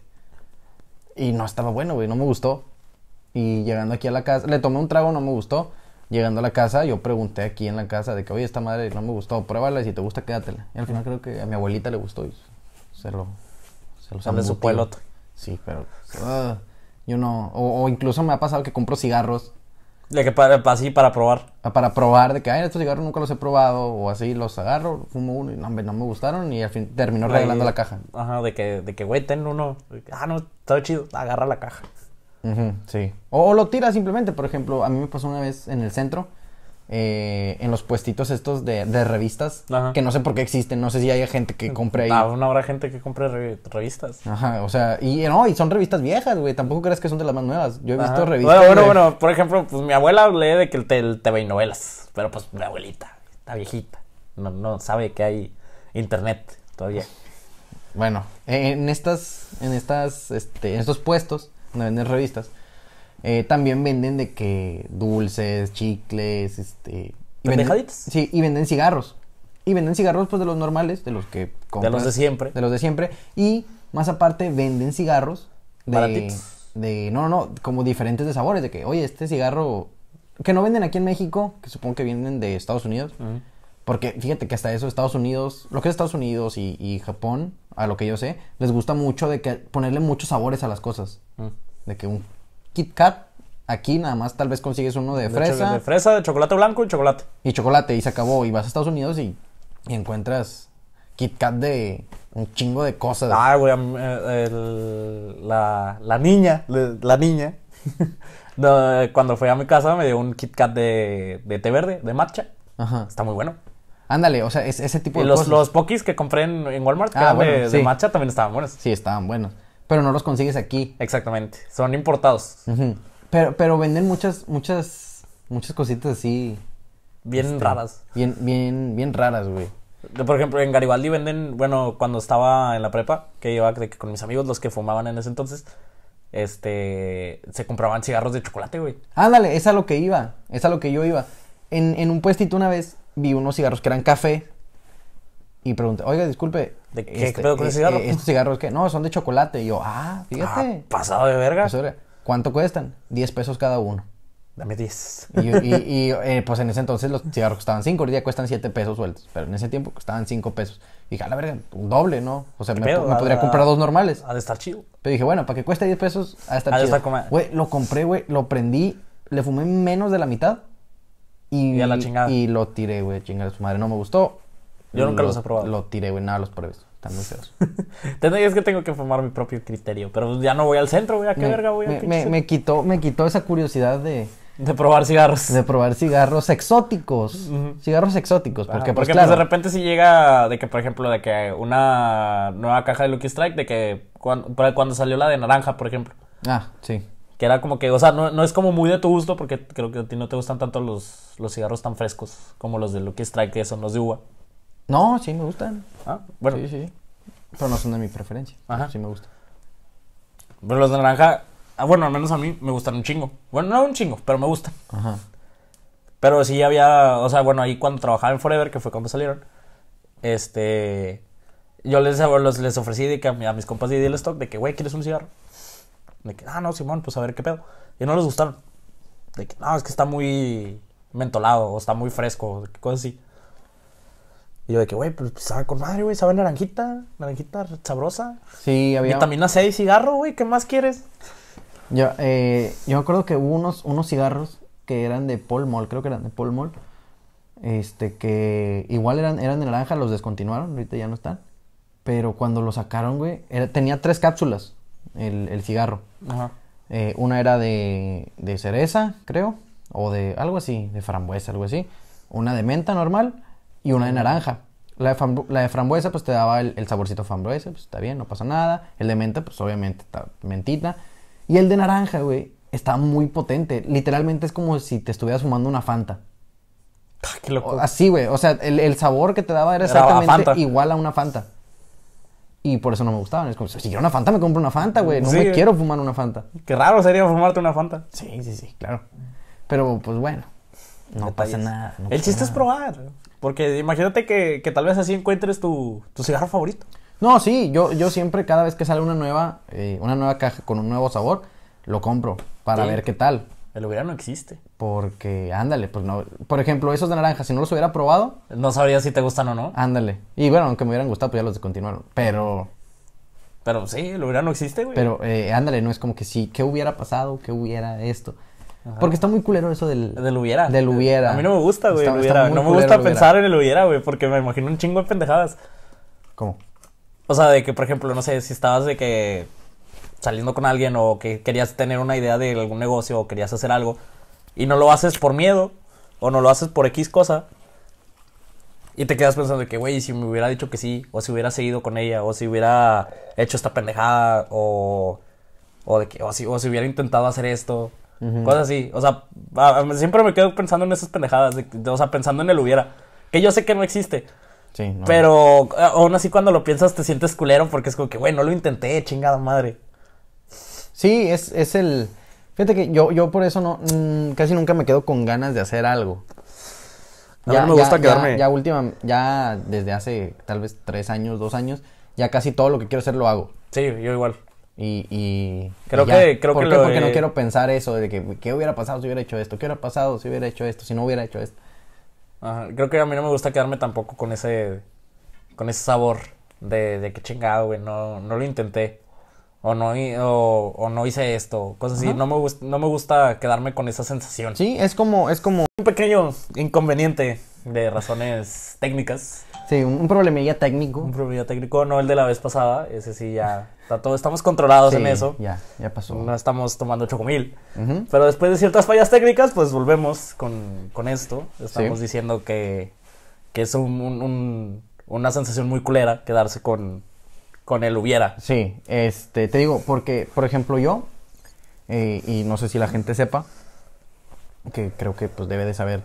[SPEAKER 1] Y no estaba bueno, güey, no me gustó. Y llegando aquí a la casa, le tomé un trago, no me gustó. Llegando a la casa, yo pregunté aquí en la casa de que, oye, esta madre no me gustó, pruébala y si te gusta, quédatela. Y al final creo que a mi abuelita le gustó y se lo. Se lo
[SPEAKER 2] Se le supo
[SPEAKER 1] zambutió.
[SPEAKER 2] el otro.
[SPEAKER 1] Sí, pero. ah, yo no. O, o incluso me ha pasado que compro cigarros
[SPEAKER 2] De que para, así para probar.
[SPEAKER 1] ah, para probar, de que, ay, estos cigarros nunca los he probado, o así, los agarro, fumo uno y no, hombre, no me gustaron y al fin terminó regalando
[SPEAKER 2] Ahí-
[SPEAKER 1] la caja.
[SPEAKER 2] Ajá, de que, de que güey, ten uno. Ah, no, está chido. Agarra la caja.
[SPEAKER 1] Ujú, sí. O, o lo tiras simplemente, por ejemplo, a mí me pasó una vez en el centro, eh, en los puestitos estos de, de revistas,
[SPEAKER 2] Ajá.
[SPEAKER 1] que no sé por qué existen, no sé si haya gente que compre ahí.
[SPEAKER 2] Ah, no habrá gente que compre re- revistas.
[SPEAKER 1] Ajá, o sea, y no, y son revistas viejas, güey, tampoco creas que son de las más nuevas. Yo he visto
[SPEAKER 2] Ajá.
[SPEAKER 1] revistas.
[SPEAKER 2] Bueno, bueno,
[SPEAKER 1] de-
[SPEAKER 2] bueno, por ejemplo, pues mi abuela lee de que el, te, el TV y novelas. Pero pues mi abuelita, está viejita. No, no sabe que hay internet todavía.
[SPEAKER 1] Bueno, en estas, en estas, este, en estos puestos donde venden revistas, eh, también venden de que dulces, chicles, este. y venden-
[SPEAKER 2] Pendejaditas.
[SPEAKER 1] Sí, y venden cigarros. Y venden cigarros, pues, de los normales, de los que compras.
[SPEAKER 2] los de siempre.
[SPEAKER 1] De los de siempre. Y más aparte, venden cigarros de.
[SPEAKER 2] Baratitos.
[SPEAKER 1] De, no, no, no, como diferentes de sabores, de que, oye, este cigarro que no venden aquí en México, que supongo que vienen de Estados Unidos, porque fíjate que hasta eso Estados Unidos, lo que es Estados Unidos y, y Japón, a lo que yo sé, les gusta mucho de que ponerle muchos sabores a las cosas. De que un Kit Kat, aquí nada más tal vez consigues uno de,
[SPEAKER 2] De
[SPEAKER 1] fresa
[SPEAKER 2] cho- de fresa, de chocolate blanco y chocolate.
[SPEAKER 1] y chocolate y se acabó. Y vas a Estados Unidos y, y encuentras Kit Kat de un chingo de cosas.
[SPEAKER 2] Ah, güey, a mí, eh, el- la, la niña, le- la niña, <laughs> no, eh, cuando fue a mi casa me dio un Kit Kat de, de té verde, de matcha.
[SPEAKER 1] Ajá.
[SPEAKER 2] Está muy bueno.
[SPEAKER 1] Ándale, o sea, es- ese tipo
[SPEAKER 2] Y
[SPEAKER 1] de
[SPEAKER 2] los,
[SPEAKER 1] cosas.
[SPEAKER 2] los pokis que compré en, en Walmart, que
[SPEAKER 1] Ah,
[SPEAKER 2] eran
[SPEAKER 1] bueno,
[SPEAKER 2] de, de
[SPEAKER 1] sí.
[SPEAKER 2] matcha, también estaban buenos.
[SPEAKER 1] Sí, estaban buenos. Pero no los consigues aquí.
[SPEAKER 2] Exactamente. Son importados.
[SPEAKER 1] Ujú. Pero, pero venden muchas, muchas, muchas cositas así. este,
[SPEAKER 2] Bien raras.
[SPEAKER 1] Bien, bien, bien raras, güey.
[SPEAKER 2] De- Por ejemplo, en Garibaldi venden, bueno, cuando estaba en la prepa, que iba de que con mis amigos, los que fumaban en ese entonces, este, se compraban cigarros de chocolate, güey.
[SPEAKER 1] Ándale, es a lo que iba, es a lo que yo iba. En, en un puestito una vez vi unos cigarros que eran café y pregunté, oiga, disculpe. este, eh,
[SPEAKER 2] ¿De qué- qué pedo con ese cigarro?
[SPEAKER 1] ¿Estos cigarros qué? No, son de chocolate. Y yo, ah,
[SPEAKER 2] Ah,
[SPEAKER 1] fíjate.
[SPEAKER 2] pasado de verga.
[SPEAKER 1] Pues, ahora, ¿Cuánto cuestan? 10 pesos cada uno.
[SPEAKER 2] Dame 10.
[SPEAKER 1] Y, yo- y- y, eh, pues en ese entonces los cigarros costaban 5, ahorita cuestan 7 pesos sueltos, pero en ese tiempo costaban 5 pesos. Y dije, a la verga, un doble, ¿no? O sea, me,
[SPEAKER 2] pedo?
[SPEAKER 1] me
[SPEAKER 2] Ah,
[SPEAKER 1] podría
[SPEAKER 2] ah.
[SPEAKER 1] comprar dos normales.
[SPEAKER 2] Ha de estar chido.
[SPEAKER 1] Pero dije, bueno, para que cueste 10 pesos, hasta
[SPEAKER 2] Ha de
[SPEAKER 1] el
[SPEAKER 2] estar con madre.
[SPEAKER 1] Güey, lo compré, güey, lo prendí, le fumé menos de la mitad. Y,
[SPEAKER 2] Y a la chingada.
[SPEAKER 1] y lo tiré, güey, chingada su madre, no me gustó.
[SPEAKER 2] Yo nunca
[SPEAKER 1] Lo-
[SPEAKER 2] los he probado.
[SPEAKER 1] Lo tiré, güey, nada, los probé, están muy feos.
[SPEAKER 2] Tendría- Es que tengo que formar mi propio criterio, pero ya no voy al centro, güey. ¿A <laughs> qué verga voy? al
[SPEAKER 1] me,
[SPEAKER 2] pinche
[SPEAKER 1] me-
[SPEAKER 2] centro?
[SPEAKER 1] me quitó, me quitó esa curiosidad de,
[SPEAKER 2] De probar cigarros.
[SPEAKER 1] de probar cigarros exóticos. Cigarros exóticos,
[SPEAKER 2] Ajá,
[SPEAKER 1] porque, pues,
[SPEAKER 2] porque pues,
[SPEAKER 1] claro,
[SPEAKER 2] de repente si llega de que, por ejemplo, de que una nueva caja de Lucky Strike, de que cuan- por- cuando, salió la de naranja, por ejemplo,
[SPEAKER 1] Ah, sí.
[SPEAKER 2] que era como que, o sea, no, no es como muy de tu gusto porque creo que a ti no te gustan tanto los, los cigarros tan frescos como los de Lucky Strike, que son los de uva.
[SPEAKER 1] No, sí me gustan.
[SPEAKER 2] Ah, Bueno,
[SPEAKER 1] Sí, sí. Pero no son de mi preferencia.
[SPEAKER 2] Ajá.
[SPEAKER 1] Sí me gusta.
[SPEAKER 2] pero los de naranja, a- ah, bueno, al menos a mí me gustan un chingo. Bueno, no un chingo, pero me gustan.
[SPEAKER 1] Ajá.
[SPEAKER 2] Pero sí había, o sea, bueno, ahí cuando trabajaba en Forever, que fue cuando salieron, este, yo les, los- les ofrecí de que a, mi- a mis compas de Ideal Stock, de que, güey, ¿quieres un cigarro? De que, ah, no, Simón, pues a ver qué pedo. Y no les gustaron. De que, no, es que está muy mentolado, o está muy fresco, o cosas así. Y yo de que, güey, pues sabe con madre, güey, sabe a naranjita, naranjita sabrosa.
[SPEAKER 1] Sí, había.
[SPEAKER 2] Vitamina C y cigarro, güey, ¿qué más quieres?
[SPEAKER 1] Yo, eh, yo me acuerdo que hubo unos, unos cigarros que eran de Paul Mall, creo que eran de Paul Mall. Este, que igual eran, eran de naranja, los descontinuaron, ahorita ya no están. Pero cuando lo sacaron, güey, era- tenía tres cápsulas el, el cigarro.
[SPEAKER 2] Ajá.
[SPEAKER 1] Eh, una era de, de cereza, creo, o de algo así, de frambuesa, algo así. Una de menta normal y una de naranja. La de, fambru- la de frambuesa, pues te daba el, el saborcito frambuesa, pues está bien, no pasa nada. El de menta, pues obviamente está mentita. Y el de naranja, güey, está muy potente. Literalmente es como si te estuvieras fumando una Fanta.
[SPEAKER 2] Ah, Qué
[SPEAKER 1] O-
[SPEAKER 2] loco.
[SPEAKER 1] Así, güey. O sea, el, el sabor que te daba era
[SPEAKER 2] Era la
[SPEAKER 1] exactamente
[SPEAKER 2] Fanta.
[SPEAKER 1] igual a una Fanta. Y por eso no me gustaban. Es como, si quiero una Fanta, me compro una Fanta, güey. No
[SPEAKER 2] Sí,
[SPEAKER 1] me
[SPEAKER 2] güey.
[SPEAKER 1] quiero fumar una Fanta.
[SPEAKER 2] Qué raro sería fumarte una Fanta.
[SPEAKER 1] Sí, sí, sí, claro. Pero pues bueno, no
[SPEAKER 2] detalles.
[SPEAKER 1] pasa nada. no
[SPEAKER 2] el
[SPEAKER 1] pasa
[SPEAKER 2] chiste es
[SPEAKER 1] nada.
[SPEAKER 2] probar. Porque imagínate que, que tal vez así encuentres tu, tu cigarro favorito.
[SPEAKER 1] No, sí, yo, yo siempre, cada vez que sale una nueva, eh, una nueva caja con un nuevo sabor, lo compro para
[SPEAKER 2] Sí.
[SPEAKER 1] ver qué tal.
[SPEAKER 2] El hubiera no existe.
[SPEAKER 1] Porque, ándale, pues no. Por ejemplo, esos de naranja, si no los hubiera probado,
[SPEAKER 2] No sabrías si te gustan o no.
[SPEAKER 1] ándale. Y bueno, aunque me hubieran gustado, pues ya los descontinuaron. Pero,
[SPEAKER 2] Pero sí, el hubiera no existe, güey.
[SPEAKER 1] pero, eh, ándale, no es como que sí, ¿qué hubiera pasado? ¿Qué hubiera esto? Porque está muy culero eso del.
[SPEAKER 2] Del hubiera.
[SPEAKER 1] Del hubiera.
[SPEAKER 2] A mí no me gusta, güey.
[SPEAKER 1] Está-
[SPEAKER 2] el
[SPEAKER 1] está
[SPEAKER 2] hubiera.
[SPEAKER 1] muy
[SPEAKER 2] No me
[SPEAKER 1] culero
[SPEAKER 2] gusta
[SPEAKER 1] el hubiera.
[SPEAKER 2] pensar en el hubiera, güey. Porque me imagino un chingo de pendejadas.
[SPEAKER 1] ¿Cómo?
[SPEAKER 2] O sea, de que, por ejemplo, no sé, si estabas de que saliendo con alguien o que querías tener una idea de algún negocio o querías hacer algo y no lo haces por miedo o no lo haces por X cosa y te quedas pensando de que, güey, si me hubiera dicho que sí o si hubiera seguido con ella o si hubiera hecho esta pendejada o, o, de que, o, si, o si hubiera intentado hacer esto. Cosas así, o sea, a- a- siempre me quedo pensando en esas pendejadas, de- de- o sea, pensando en el hubiera, que yo sé que no existe,
[SPEAKER 1] Sí, no.
[SPEAKER 2] pero eh, aún así cuando lo piensas te sientes culero porque es como que, güey, no lo intenté, chingada madre.
[SPEAKER 1] Sí, es, es el. Fíjate que yo, yo por eso no. mm, casi nunca me quedo con ganas de hacer algo.
[SPEAKER 2] A mí no me gusta quedarme-
[SPEAKER 1] Ya, última, ya desde hace tal vez tres años, dos años, ya casi todo lo que quiero hacer lo hago.
[SPEAKER 2] Sí, yo igual.
[SPEAKER 1] Y, y-
[SPEAKER 2] Creo
[SPEAKER 1] y ya.
[SPEAKER 2] que- creo
[SPEAKER 1] ¿Por
[SPEAKER 2] que
[SPEAKER 1] qué?
[SPEAKER 2] lo
[SPEAKER 1] Porque
[SPEAKER 2] de-
[SPEAKER 1] no quiero pensar eso de que qué hubiera pasado si hubiera hecho esto, qué hubiera pasado si hubiera hecho esto, si no hubiera hecho esto.
[SPEAKER 2] Ajá, Creo que a mí no me gusta quedarme tampoco con ese, con ese sabor de, de que chingado, güey, no, no lo intenté. O no, hi- o, o no hice esto, cosas así. No me, gust- no me gusta quedarme con esa sensación.
[SPEAKER 1] Sí, es como, es como,
[SPEAKER 2] Un pequeño inconveniente de razones técnicas.
[SPEAKER 1] sí, un, un problemilla técnico.
[SPEAKER 2] Un problema técnico, no el de la vez pasada. Ese sí ya está todo. Estamos controlados
[SPEAKER 1] Sí,
[SPEAKER 2] en eso.
[SPEAKER 1] Ya, ya pasó.
[SPEAKER 2] No estamos tomando chocomil.
[SPEAKER 1] Ujú.
[SPEAKER 2] Pero después de ciertas fallas técnicas, pues volvemos con, con esto. Estamos
[SPEAKER 1] Sí.
[SPEAKER 2] diciendo que, que es un- un- un- una sensación muy culera quedarse con, con el hubiera.
[SPEAKER 1] Sí, este, te digo, porque, por ejemplo, yo, eh, y no sé si la gente sepa, que creo que pues debe de saber,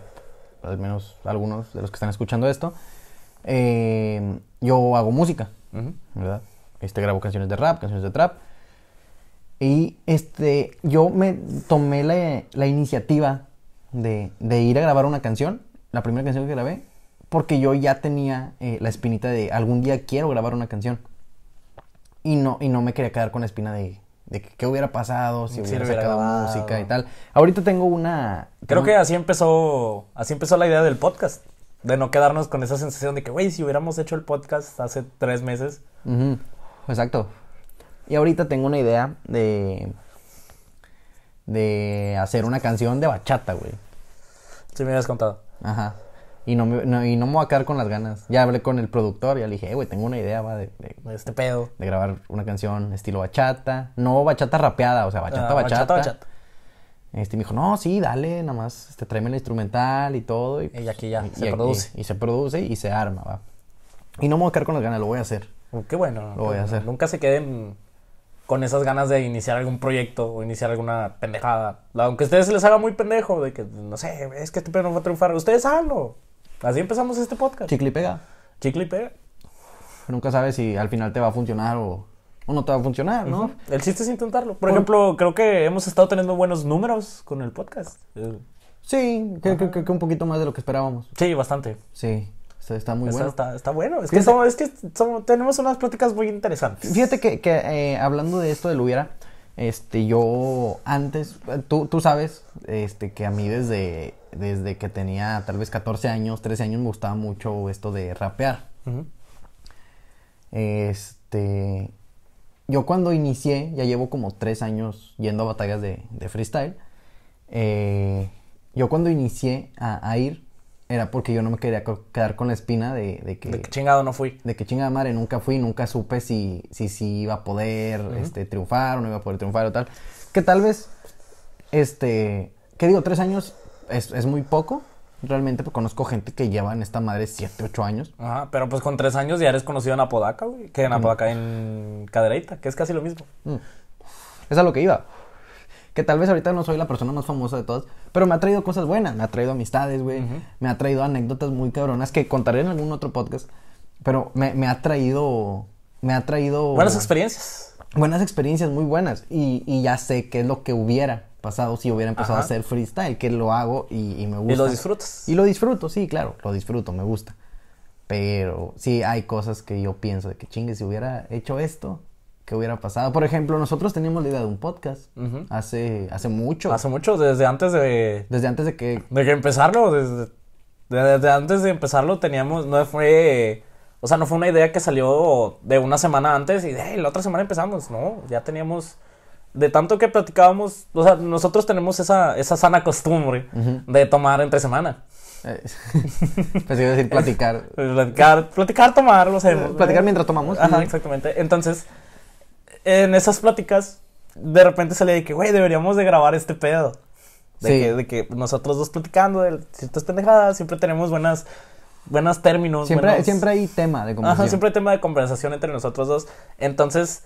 [SPEAKER 1] al menos algunos de los que están escuchando esto, eh, yo hago música, ¿verdad? Este, grabo canciones de rap, canciones de trap, y este, yo me tomé la, la iniciativa de, de ir a grabar una canción, la primera canción que grabé, porque yo ya tenía eh, la espinita de algún día quiero grabar una canción. Y no, y no me quería quedar con la espina de, de que qué hubiera pasado si
[SPEAKER 2] Si
[SPEAKER 1] hubiera
[SPEAKER 2] lo hubiera
[SPEAKER 1] sacado
[SPEAKER 2] grabado.
[SPEAKER 1] música y tal. Ahorita tengo una...
[SPEAKER 2] Creo
[SPEAKER 1] tengo-
[SPEAKER 2] que así empezó, así empezó la idea del podcast. De no quedarnos con esa sensación de que, güey, si hubiéramos hecho el podcast hace tres meses.
[SPEAKER 1] Ujú, Exacto. Y ahorita tengo una idea de... De hacer una canción de bachata, güey.
[SPEAKER 2] Si me hubieras contado.
[SPEAKER 1] Ajá. Y no, me, no- y no me voy a quedar con las ganas. Ya hablé con el productor, ya le dije, "Eh, güey, tengo una idea, va, de, de-
[SPEAKER 2] Este pedo.
[SPEAKER 1] de grabar una canción estilo bachata. No bachata rapeada, o sea, bachata,
[SPEAKER 2] Ah,
[SPEAKER 1] bachata.
[SPEAKER 2] bachata.
[SPEAKER 1] Este, me dijo, no, sí, dale, nada más, este, tráeme el instrumental y todo. Y,
[SPEAKER 2] Y aquí ya,
[SPEAKER 1] y-
[SPEAKER 2] se
[SPEAKER 1] y-
[SPEAKER 2] produce.
[SPEAKER 1] Y, y se produce y se arma, va. Y no me voy a quedar con las ganas, lo voy a hacer.
[SPEAKER 2] Oh, Qué
[SPEAKER 1] Lo voy
[SPEAKER 2] bueno.
[SPEAKER 1] a
[SPEAKER 2] qué bueno.
[SPEAKER 1] hacer.
[SPEAKER 2] Nunca se queden con esas ganas de iniciar algún proyecto o iniciar alguna pendejada. Aunque a ustedes se les haga muy pendejo, de que, no sé, es que este pedo no va a triunfar. Ustedes háganlo. Así empezamos este podcast.
[SPEAKER 1] Chicle y pega.
[SPEAKER 2] Chicle y pega.
[SPEAKER 1] Nunca sabes si al final te va a funcionar o, o no te va a funcionar, ¿no?
[SPEAKER 2] El chiste es intentarlo. Por, ejemplo, creo que hemos estado teniendo buenos números con el podcast. Eh,
[SPEAKER 1] Sí, creo que, que- que un poquito más de lo que esperábamos.
[SPEAKER 2] Sí, bastante.
[SPEAKER 1] Sí, está, está muy
[SPEAKER 2] Está-
[SPEAKER 1] bueno.
[SPEAKER 2] Está, está bueno. Es
[SPEAKER 1] Fíjate-
[SPEAKER 2] que, somos- es que somos- tenemos unas pláticas muy interesantes.
[SPEAKER 1] Fíjate que, que, eh, hablando de esto del hubiera, este, yo antes, eh, tú, tú sabes, este, que a mí desde, desde que tenía tal vez 14 años, 13 años, me gustaba mucho esto de rapear.
[SPEAKER 2] Ujú.
[SPEAKER 1] Este, yo cuando inicié, ya llevo como 3 años yendo a batallas de, de freestyle, eh, yo cuando inicié a, a ir, era porque yo no me quería co- quedar con la espina de, de que
[SPEAKER 2] De que chingado no fui.
[SPEAKER 1] de que chingada madre, nunca fui, nunca supe si, si, si iba a poder este, triunfar o no iba a poder triunfar o tal. Que tal vez, este, que digo, tres años es, es muy poco. Realmente pues, conozco gente que lleva en esta madre siete, ocho años.
[SPEAKER 2] Ajá, pero pues con tres años ya eres conocido en Apodaca, güey. Que en Apodaca, en Cadereyta, que es casi lo mismo.
[SPEAKER 1] Es a lo que iba. Que tal vez ahorita no soy la persona más famosa de todas, pero me ha traído cosas buenas. Me ha traído amistades, güey. Me ha traído anécdotas muy cabronas que contaré en algún otro podcast. Pero me, me ha traído... Me ha traído...
[SPEAKER 2] Buenas experiencias.
[SPEAKER 1] buenas experiencias muy buenas y, y ya sé qué es lo que hubiera pasado si hubiera empezado a
[SPEAKER 2] Ajá.
[SPEAKER 1] hacer freestyle, que lo hago y, y me gusta.
[SPEAKER 2] Y lo disfrutas.
[SPEAKER 1] Y lo disfruto, sí, claro, lo disfruto, me gusta. Pero sí hay cosas que yo pienso de que chingue, si hubiera hecho esto, ¿qué hubiera pasado? Por ejemplo, nosotros teníamos la idea de un podcast
[SPEAKER 2] Ujú.
[SPEAKER 1] hace, hace mucho,
[SPEAKER 2] Hace mucho, desde antes de,
[SPEAKER 1] desde antes de que...
[SPEAKER 2] de que empezarlo, desde, de- desde antes de empezarlo teníamos, no fue, o sea, no fue una idea que salió de una semana antes y de "Hey, la otra semana empezamos, no, ya teníamos, de tanto que platicábamos, o sea, nosotros tenemos esa, esa sana costumbre de tomar entre semana.
[SPEAKER 1] eh, <laughs> pues iba a decir
[SPEAKER 2] <laughs>
[SPEAKER 1] platicar.
[SPEAKER 2] Platicar, platicar, tomar, lo hacemos.
[SPEAKER 1] Platicar mientras tomamos.
[SPEAKER 2] Ajá,
[SPEAKER 1] Ujú.
[SPEAKER 2] exactamente. Entonces, en esas pláticas, de repente salía de que, güey, deberíamos de grabar este pedo. De,
[SPEAKER 1] Sí.
[SPEAKER 2] que, de que nosotros dos platicando de ciertas pendejadas, siempre tenemos buenas, buenas términos.
[SPEAKER 1] Siempre,
[SPEAKER 2] buenos-
[SPEAKER 1] siempre hay tema de conversación.
[SPEAKER 2] Ajá, siempre hay tema de conversación entre nosotros dos. Entonces,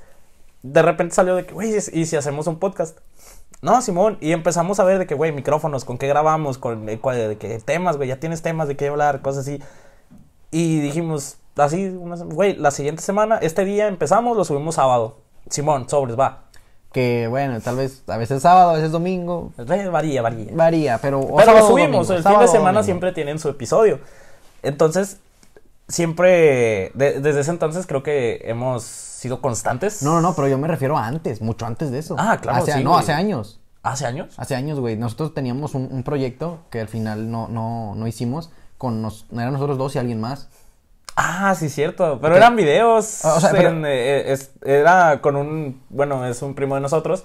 [SPEAKER 2] de repente salió de que, güey, ¿y si hacemos un podcast? No, Simón, y empezamos a ver de que, güey, micrófonos, con qué grabamos, con eh, cuál- de qué temas, güey, ya tienes temas de qué hablar, cosas así. Y dijimos, así, una sem- güey, la siguiente semana, este día empezamos, lo subimos sábado. Simón, sobres, va.
[SPEAKER 1] Que bueno, tal vez a veces sábado, a veces domingo,
[SPEAKER 2] Eh, Varía, varía.
[SPEAKER 1] Varía, pero. o
[SPEAKER 2] Pero lo
[SPEAKER 1] sábado o
[SPEAKER 2] subimos,
[SPEAKER 1] domingo,
[SPEAKER 2] el fin
[SPEAKER 1] sábado
[SPEAKER 2] de
[SPEAKER 1] o
[SPEAKER 2] semana
[SPEAKER 1] domingo.
[SPEAKER 2] siempre tienen su episodio. Entonces, siempre, de- desde ese entonces creo que hemos sido constantes.
[SPEAKER 1] No, no, no, pero yo me refiero a antes, mucho antes de eso.
[SPEAKER 2] Ah, claro,
[SPEAKER 1] Hace-
[SPEAKER 2] sí,
[SPEAKER 1] No,
[SPEAKER 2] güey.
[SPEAKER 1] hace años.
[SPEAKER 2] ¿Hace años?
[SPEAKER 1] Hace años, güey. Nosotros teníamos un, un proyecto que al final no, no, no hicimos. Con nos, eran nosotros dos y alguien más.
[SPEAKER 2] Ah, sí, cierto. Pero
[SPEAKER 1] Ok.
[SPEAKER 2] eran videos.
[SPEAKER 1] Ah, o sea,
[SPEAKER 2] en,
[SPEAKER 1] pero-
[SPEAKER 2] eh, es- era con un. Bueno, es un primo de nosotros.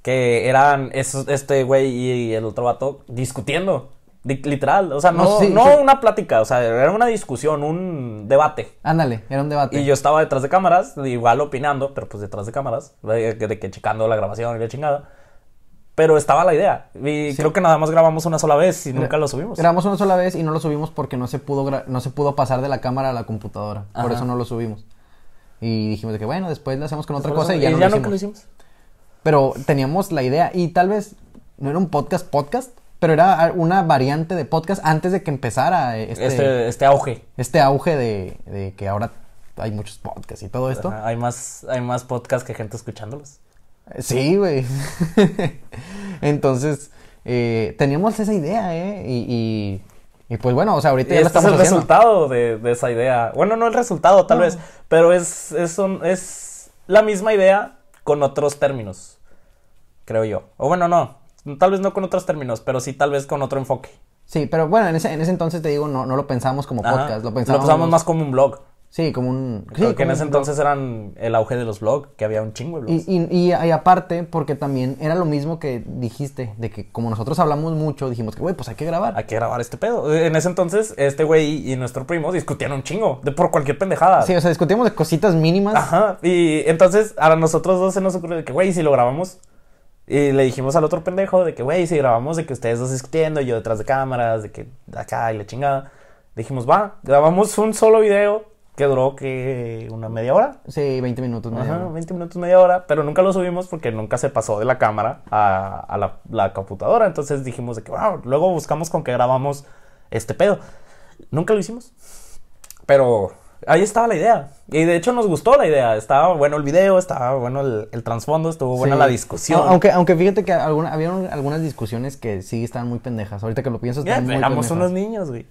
[SPEAKER 2] Que eran esos- este güey y, el otro vato discutiendo. di- literal. O sea, no,
[SPEAKER 1] No, sí,
[SPEAKER 2] no
[SPEAKER 1] sí.
[SPEAKER 2] una plática. O sea, era una discusión, un debate.
[SPEAKER 1] Ándale, era un debate.
[SPEAKER 2] Y yo estaba detrás de cámaras, igual opinando, pero pues detrás de cámaras, de, de que checando la grabación y la chingada. Pero estaba la idea. Y creo que nada más grabamos una sola vez y nunca lo subimos.
[SPEAKER 1] Grabamos una sola vez y no lo subimos porque no se pudo, gra- no se pudo pasar de la cámara a la computadora. Por
[SPEAKER 2] Ajá.
[SPEAKER 1] eso no lo subimos. Y dijimos de que bueno, después lo hacemos con otra
[SPEAKER 2] Por
[SPEAKER 1] cosa
[SPEAKER 2] eso-
[SPEAKER 1] y ya, no, lo
[SPEAKER 2] nunca lo
[SPEAKER 1] hicimos.
[SPEAKER 2] hicimos.
[SPEAKER 1] Pero teníamos la idea y tal vez no era un podcast, podcast, pero era una variante de podcast antes de que empezara eh,
[SPEAKER 2] Este, este auge.
[SPEAKER 1] este auge de, de que ahora hay muchos podcasts y todo esto.
[SPEAKER 2] Ajá, Hay más, hay más podcasts que gente escuchándolos.
[SPEAKER 1] Eh, Sí, güey. <laughs> Entonces, eh, teníamos esa idea, ¿eh? Y, y- y pues bueno, o sea, ahorita
[SPEAKER 2] Y
[SPEAKER 1] ya lo
[SPEAKER 2] este es el
[SPEAKER 1] estamos haciendo.
[SPEAKER 2] resultado de, de esa idea. Bueno, no el resultado, tal vez, pero es, es, un- es la misma idea con otros términos, creo yo. O bueno, no, tal vez no con otros términos, pero sí tal vez con otro enfoque.
[SPEAKER 1] Sí, pero bueno, en ese, en ese entonces te digo, no, no lo pensamos como
[SPEAKER 2] Ajá.
[SPEAKER 1] podcast, lo pensábamos.
[SPEAKER 2] más como un blog.
[SPEAKER 1] Sí, como un. sí,
[SPEAKER 2] Creo que en
[SPEAKER 1] como
[SPEAKER 2] ese
[SPEAKER 1] un-
[SPEAKER 2] entonces eran el auge de los blogs, que había un chingo de blogs.
[SPEAKER 1] Y, y- y- y aparte, porque también era lo mismo que dijiste, de que como nosotros hablamos mucho, dijimos que, güey, pues hay que grabar.
[SPEAKER 2] Hay que grabar este pedo. En ese entonces, este güey y nuestro primo discutían un chingo de por cualquier pendejada.
[SPEAKER 1] Sí, o sea, discutimos de cositas mínimas.
[SPEAKER 2] Ajá. Y entonces a nosotros dos se nos ocurrió de que, güey, ¿y si lo grabamos. Y le dijimos al otro pendejo de que, güey, si grabamos de que ustedes dos discutiendo, yo detrás de cámaras, de que acá y la chingada. Dijimos, va, grabamos un solo video que duró que una media hora.
[SPEAKER 1] Sí, 20 minutos. media
[SPEAKER 2] Ajá,
[SPEAKER 1] hora.
[SPEAKER 2] 20 minutos, media hora, pero nunca lo subimos porque nunca se pasó de la cámara a, a la, la computadora. Entonces dijimos de que, wow, luego buscamos con que grabamos este pedo. Nunca lo hicimos. Pero Ahí estaba la idea. Y de hecho nos gustó la idea. Estaba bueno el video, estaba bueno el, el trasfondo, estuvo buena
[SPEAKER 1] Sí.
[SPEAKER 2] la discusión.
[SPEAKER 1] A- Aunque, aunque fíjate que alguna, habían algunas discusiones que sí estaban muy pendejas. Ahorita que lo pienso,
[SPEAKER 2] Ya,
[SPEAKER 1] están muy
[SPEAKER 2] éramos
[SPEAKER 1] pendejas.
[SPEAKER 2] unos niños, güey.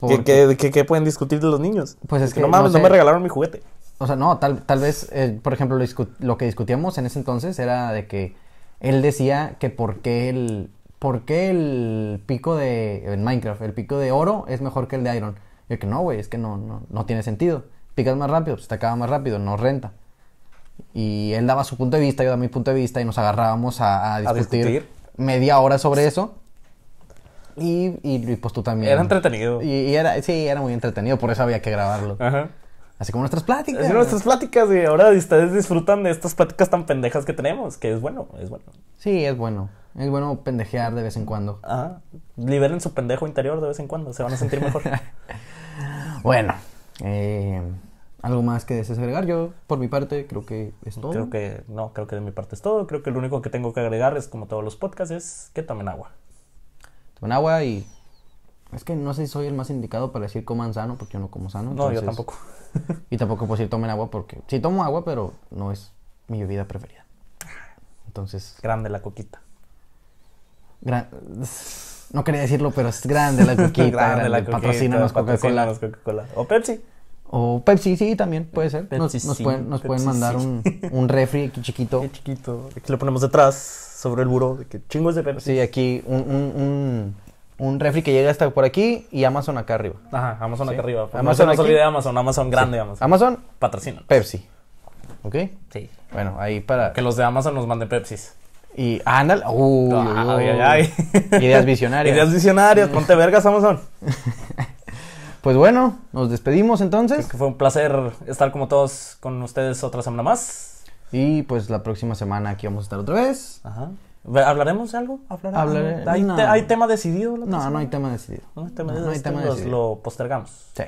[SPEAKER 1] Porque-
[SPEAKER 2] ¿Qué, qué, qué- qué pueden discutir de los niños?
[SPEAKER 1] Pues es
[SPEAKER 2] De
[SPEAKER 1] que
[SPEAKER 2] no
[SPEAKER 1] no
[SPEAKER 2] mames, no,
[SPEAKER 1] sé.
[SPEAKER 2] me regalaron mi juguete.
[SPEAKER 1] O sea, no, tal, tal vez, eh, por ejemplo, lo, discu- lo que discutíamos en ese entonces era de que él decía que por qué el, por qué el pico de, en Minecraft, el pico de oro es mejor que el de Iron. Yo que no, güey, es que no, no, no tiene sentido. Picas más rápido, pues te acaba más rápido, no renta. Y él daba su punto de vista, yo daba mi punto de vista y nos agarrábamos a, a discutir,
[SPEAKER 2] discutir.
[SPEAKER 1] media hora sobre eso. Y, y, y, pues tú también.
[SPEAKER 2] Era entretenido.
[SPEAKER 1] Y, y era, sí, era muy entretenido, por eso había que grabarlo.
[SPEAKER 2] Ajá.
[SPEAKER 1] Así como nuestras pláticas.
[SPEAKER 2] Ah. Es nuestras pláticas, güey. Ahora ustedes disfrutan de estas pláticas tan pendejas que tenemos, que es bueno, es bueno.
[SPEAKER 1] Sí, es bueno. Es bueno pendejear de vez en cuando.
[SPEAKER 2] Ajá. Ah, Liberen su pendejo interior de vez en cuando, se van a sentir <laughs> mejor. Ah,
[SPEAKER 1] Bueno, eh, algo más que desees agregar. Yo, por mi parte, creo que es todo.
[SPEAKER 2] creo que, no, creo que de mi parte es todo. Creo que lo único que tengo que agregar es, como todos los podcasts, es que tomen agua.
[SPEAKER 1] Tomen agua y. Es que no sé si soy el más indicado para decir coman sano, porque yo no como sano.
[SPEAKER 2] No, yo
[SPEAKER 1] entonces-
[SPEAKER 2] tampoco.
[SPEAKER 1] <laughs> Y tampoco puedo decir tomen agua porque. Sí, tomo agua, pero no es mi bebida preferida. Entonces,
[SPEAKER 2] Grande la coquita.
[SPEAKER 1] gran- <laughs> no quería decirlo, pero es grande
[SPEAKER 2] <laughs>
[SPEAKER 1] la coquita. grande, Patrocínanos Coca-Cola.
[SPEAKER 2] patrocínanos Coca-Cola. O Pepsi.
[SPEAKER 1] O Pepsi, sí, también puede ser. Nos,
[SPEAKER 2] Pepsi,
[SPEAKER 1] nos
[SPEAKER 2] sí,
[SPEAKER 1] pueden, nos pueden
[SPEAKER 2] Pepsi,
[SPEAKER 1] mandar
[SPEAKER 2] sí.
[SPEAKER 1] un,
[SPEAKER 2] <laughs>
[SPEAKER 1] un refri aquí chiquito.
[SPEAKER 2] Qué chiquito. Aquí lo ponemos detrás, sobre el buró, de que chingos de Pepsi.
[SPEAKER 1] Sí, aquí un, un, un, un refri que llega hasta por aquí y Amazon acá arriba.
[SPEAKER 2] Ajá, Amazon acá arriba. Amazon, no se
[SPEAKER 1] Amazon
[SPEAKER 2] nos
[SPEAKER 1] aquí.
[SPEAKER 2] olvide de Amazon, Amazon grande, Amazon.
[SPEAKER 1] Amazon,
[SPEAKER 2] Patrocínanos.
[SPEAKER 1] Pepsi. ¿Ok?
[SPEAKER 2] Sí.
[SPEAKER 1] Bueno, ahí para...
[SPEAKER 2] Que los de Amazon nos manden Pepsis.
[SPEAKER 1] Y ah, ándale. Uy, uy,
[SPEAKER 2] Ay,
[SPEAKER 1] uy.
[SPEAKER 2] ay, ay.
[SPEAKER 1] Ideas visionarias.
[SPEAKER 2] Ideas visionarias, Mm. ponte vergas, Amazon.
[SPEAKER 1] Pues bueno, nos despedimos entonces.
[SPEAKER 2] Que fue un placer estar como todos con ustedes otra semana más.
[SPEAKER 1] Y pues la próxima semana aquí vamos a estar otra vez.
[SPEAKER 2] Ajá. Ve- ¿Hablaremos de algo? ¿Hablaremos?
[SPEAKER 1] Hablaré-
[SPEAKER 2] ¿Hay,
[SPEAKER 1] no.
[SPEAKER 2] te- hay tema decidido? la
[SPEAKER 1] No,
[SPEAKER 2] otra
[SPEAKER 1] no hay tema decidido.
[SPEAKER 2] semana? No hay tema,
[SPEAKER 1] no, no
[SPEAKER 2] decidido.
[SPEAKER 1] hay tema
[SPEAKER 2] los-
[SPEAKER 1] decidido.
[SPEAKER 2] Lo postergamos.
[SPEAKER 1] Sí.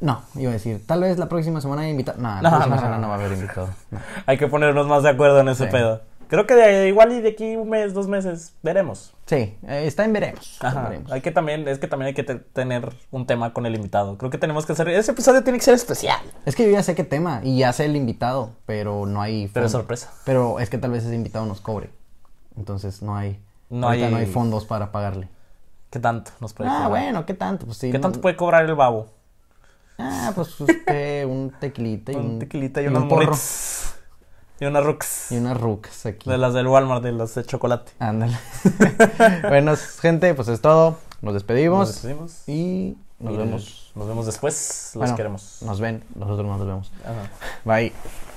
[SPEAKER 1] No, iba a decir, tal vez la próxima semana hay invitado. No, la
[SPEAKER 2] No,
[SPEAKER 1] próxima
[SPEAKER 2] no,
[SPEAKER 1] semana
[SPEAKER 2] no.
[SPEAKER 1] no va a haber invitado. No.
[SPEAKER 2] Hay que ponernos más de acuerdo en ese
[SPEAKER 1] Sí.
[SPEAKER 2] pedo. Creo que de- igual y de aquí un mes, dos meses, veremos.
[SPEAKER 1] Sí, eh, está en veremos. está en
[SPEAKER 2] Ajá.
[SPEAKER 1] veremos.
[SPEAKER 2] Hay que también, es que también hay que te- tener un tema con el invitado. Creo que tenemos que hacer, ese episodio tiene que ser especial.
[SPEAKER 1] Es que yo ya sé qué tema y ya sé el invitado, pero no hay
[SPEAKER 2] Pero
[SPEAKER 1] fondo.
[SPEAKER 2] sorpresa.
[SPEAKER 1] Pero es que tal vez ese invitado nos cobre. Entonces no hay
[SPEAKER 2] No
[SPEAKER 1] ahorita
[SPEAKER 2] hay-
[SPEAKER 1] no hay fondos para pagarle.
[SPEAKER 2] ¿Qué tanto nos puede
[SPEAKER 1] Ah,
[SPEAKER 2] cobrar?
[SPEAKER 1] bueno, ¿qué tanto? Pues sí.
[SPEAKER 2] ¿Qué
[SPEAKER 1] no-
[SPEAKER 2] tanto puede cobrar el babo?
[SPEAKER 1] Ah, pues
[SPEAKER 2] <laughs>
[SPEAKER 1] usted un tequilita y un,
[SPEAKER 2] Un tequilita y
[SPEAKER 1] y
[SPEAKER 2] unas
[SPEAKER 1] un porro.
[SPEAKER 2] morritas. Y unas rux.
[SPEAKER 1] y unas rucas aquí.
[SPEAKER 2] De las del Walmart, de las de chocolate. <laughs>
[SPEAKER 1] Ándale. bueno, gente, pues es todo. Nos despedimos
[SPEAKER 2] Nos despedimos.
[SPEAKER 1] y nos
[SPEAKER 2] Y
[SPEAKER 1] vemos.
[SPEAKER 2] Nos vemos después. Los
[SPEAKER 1] Bueno,
[SPEAKER 2] queremos.
[SPEAKER 1] Nos ven, nosotros nos vemos.
[SPEAKER 2] Ajá.
[SPEAKER 1] Bye.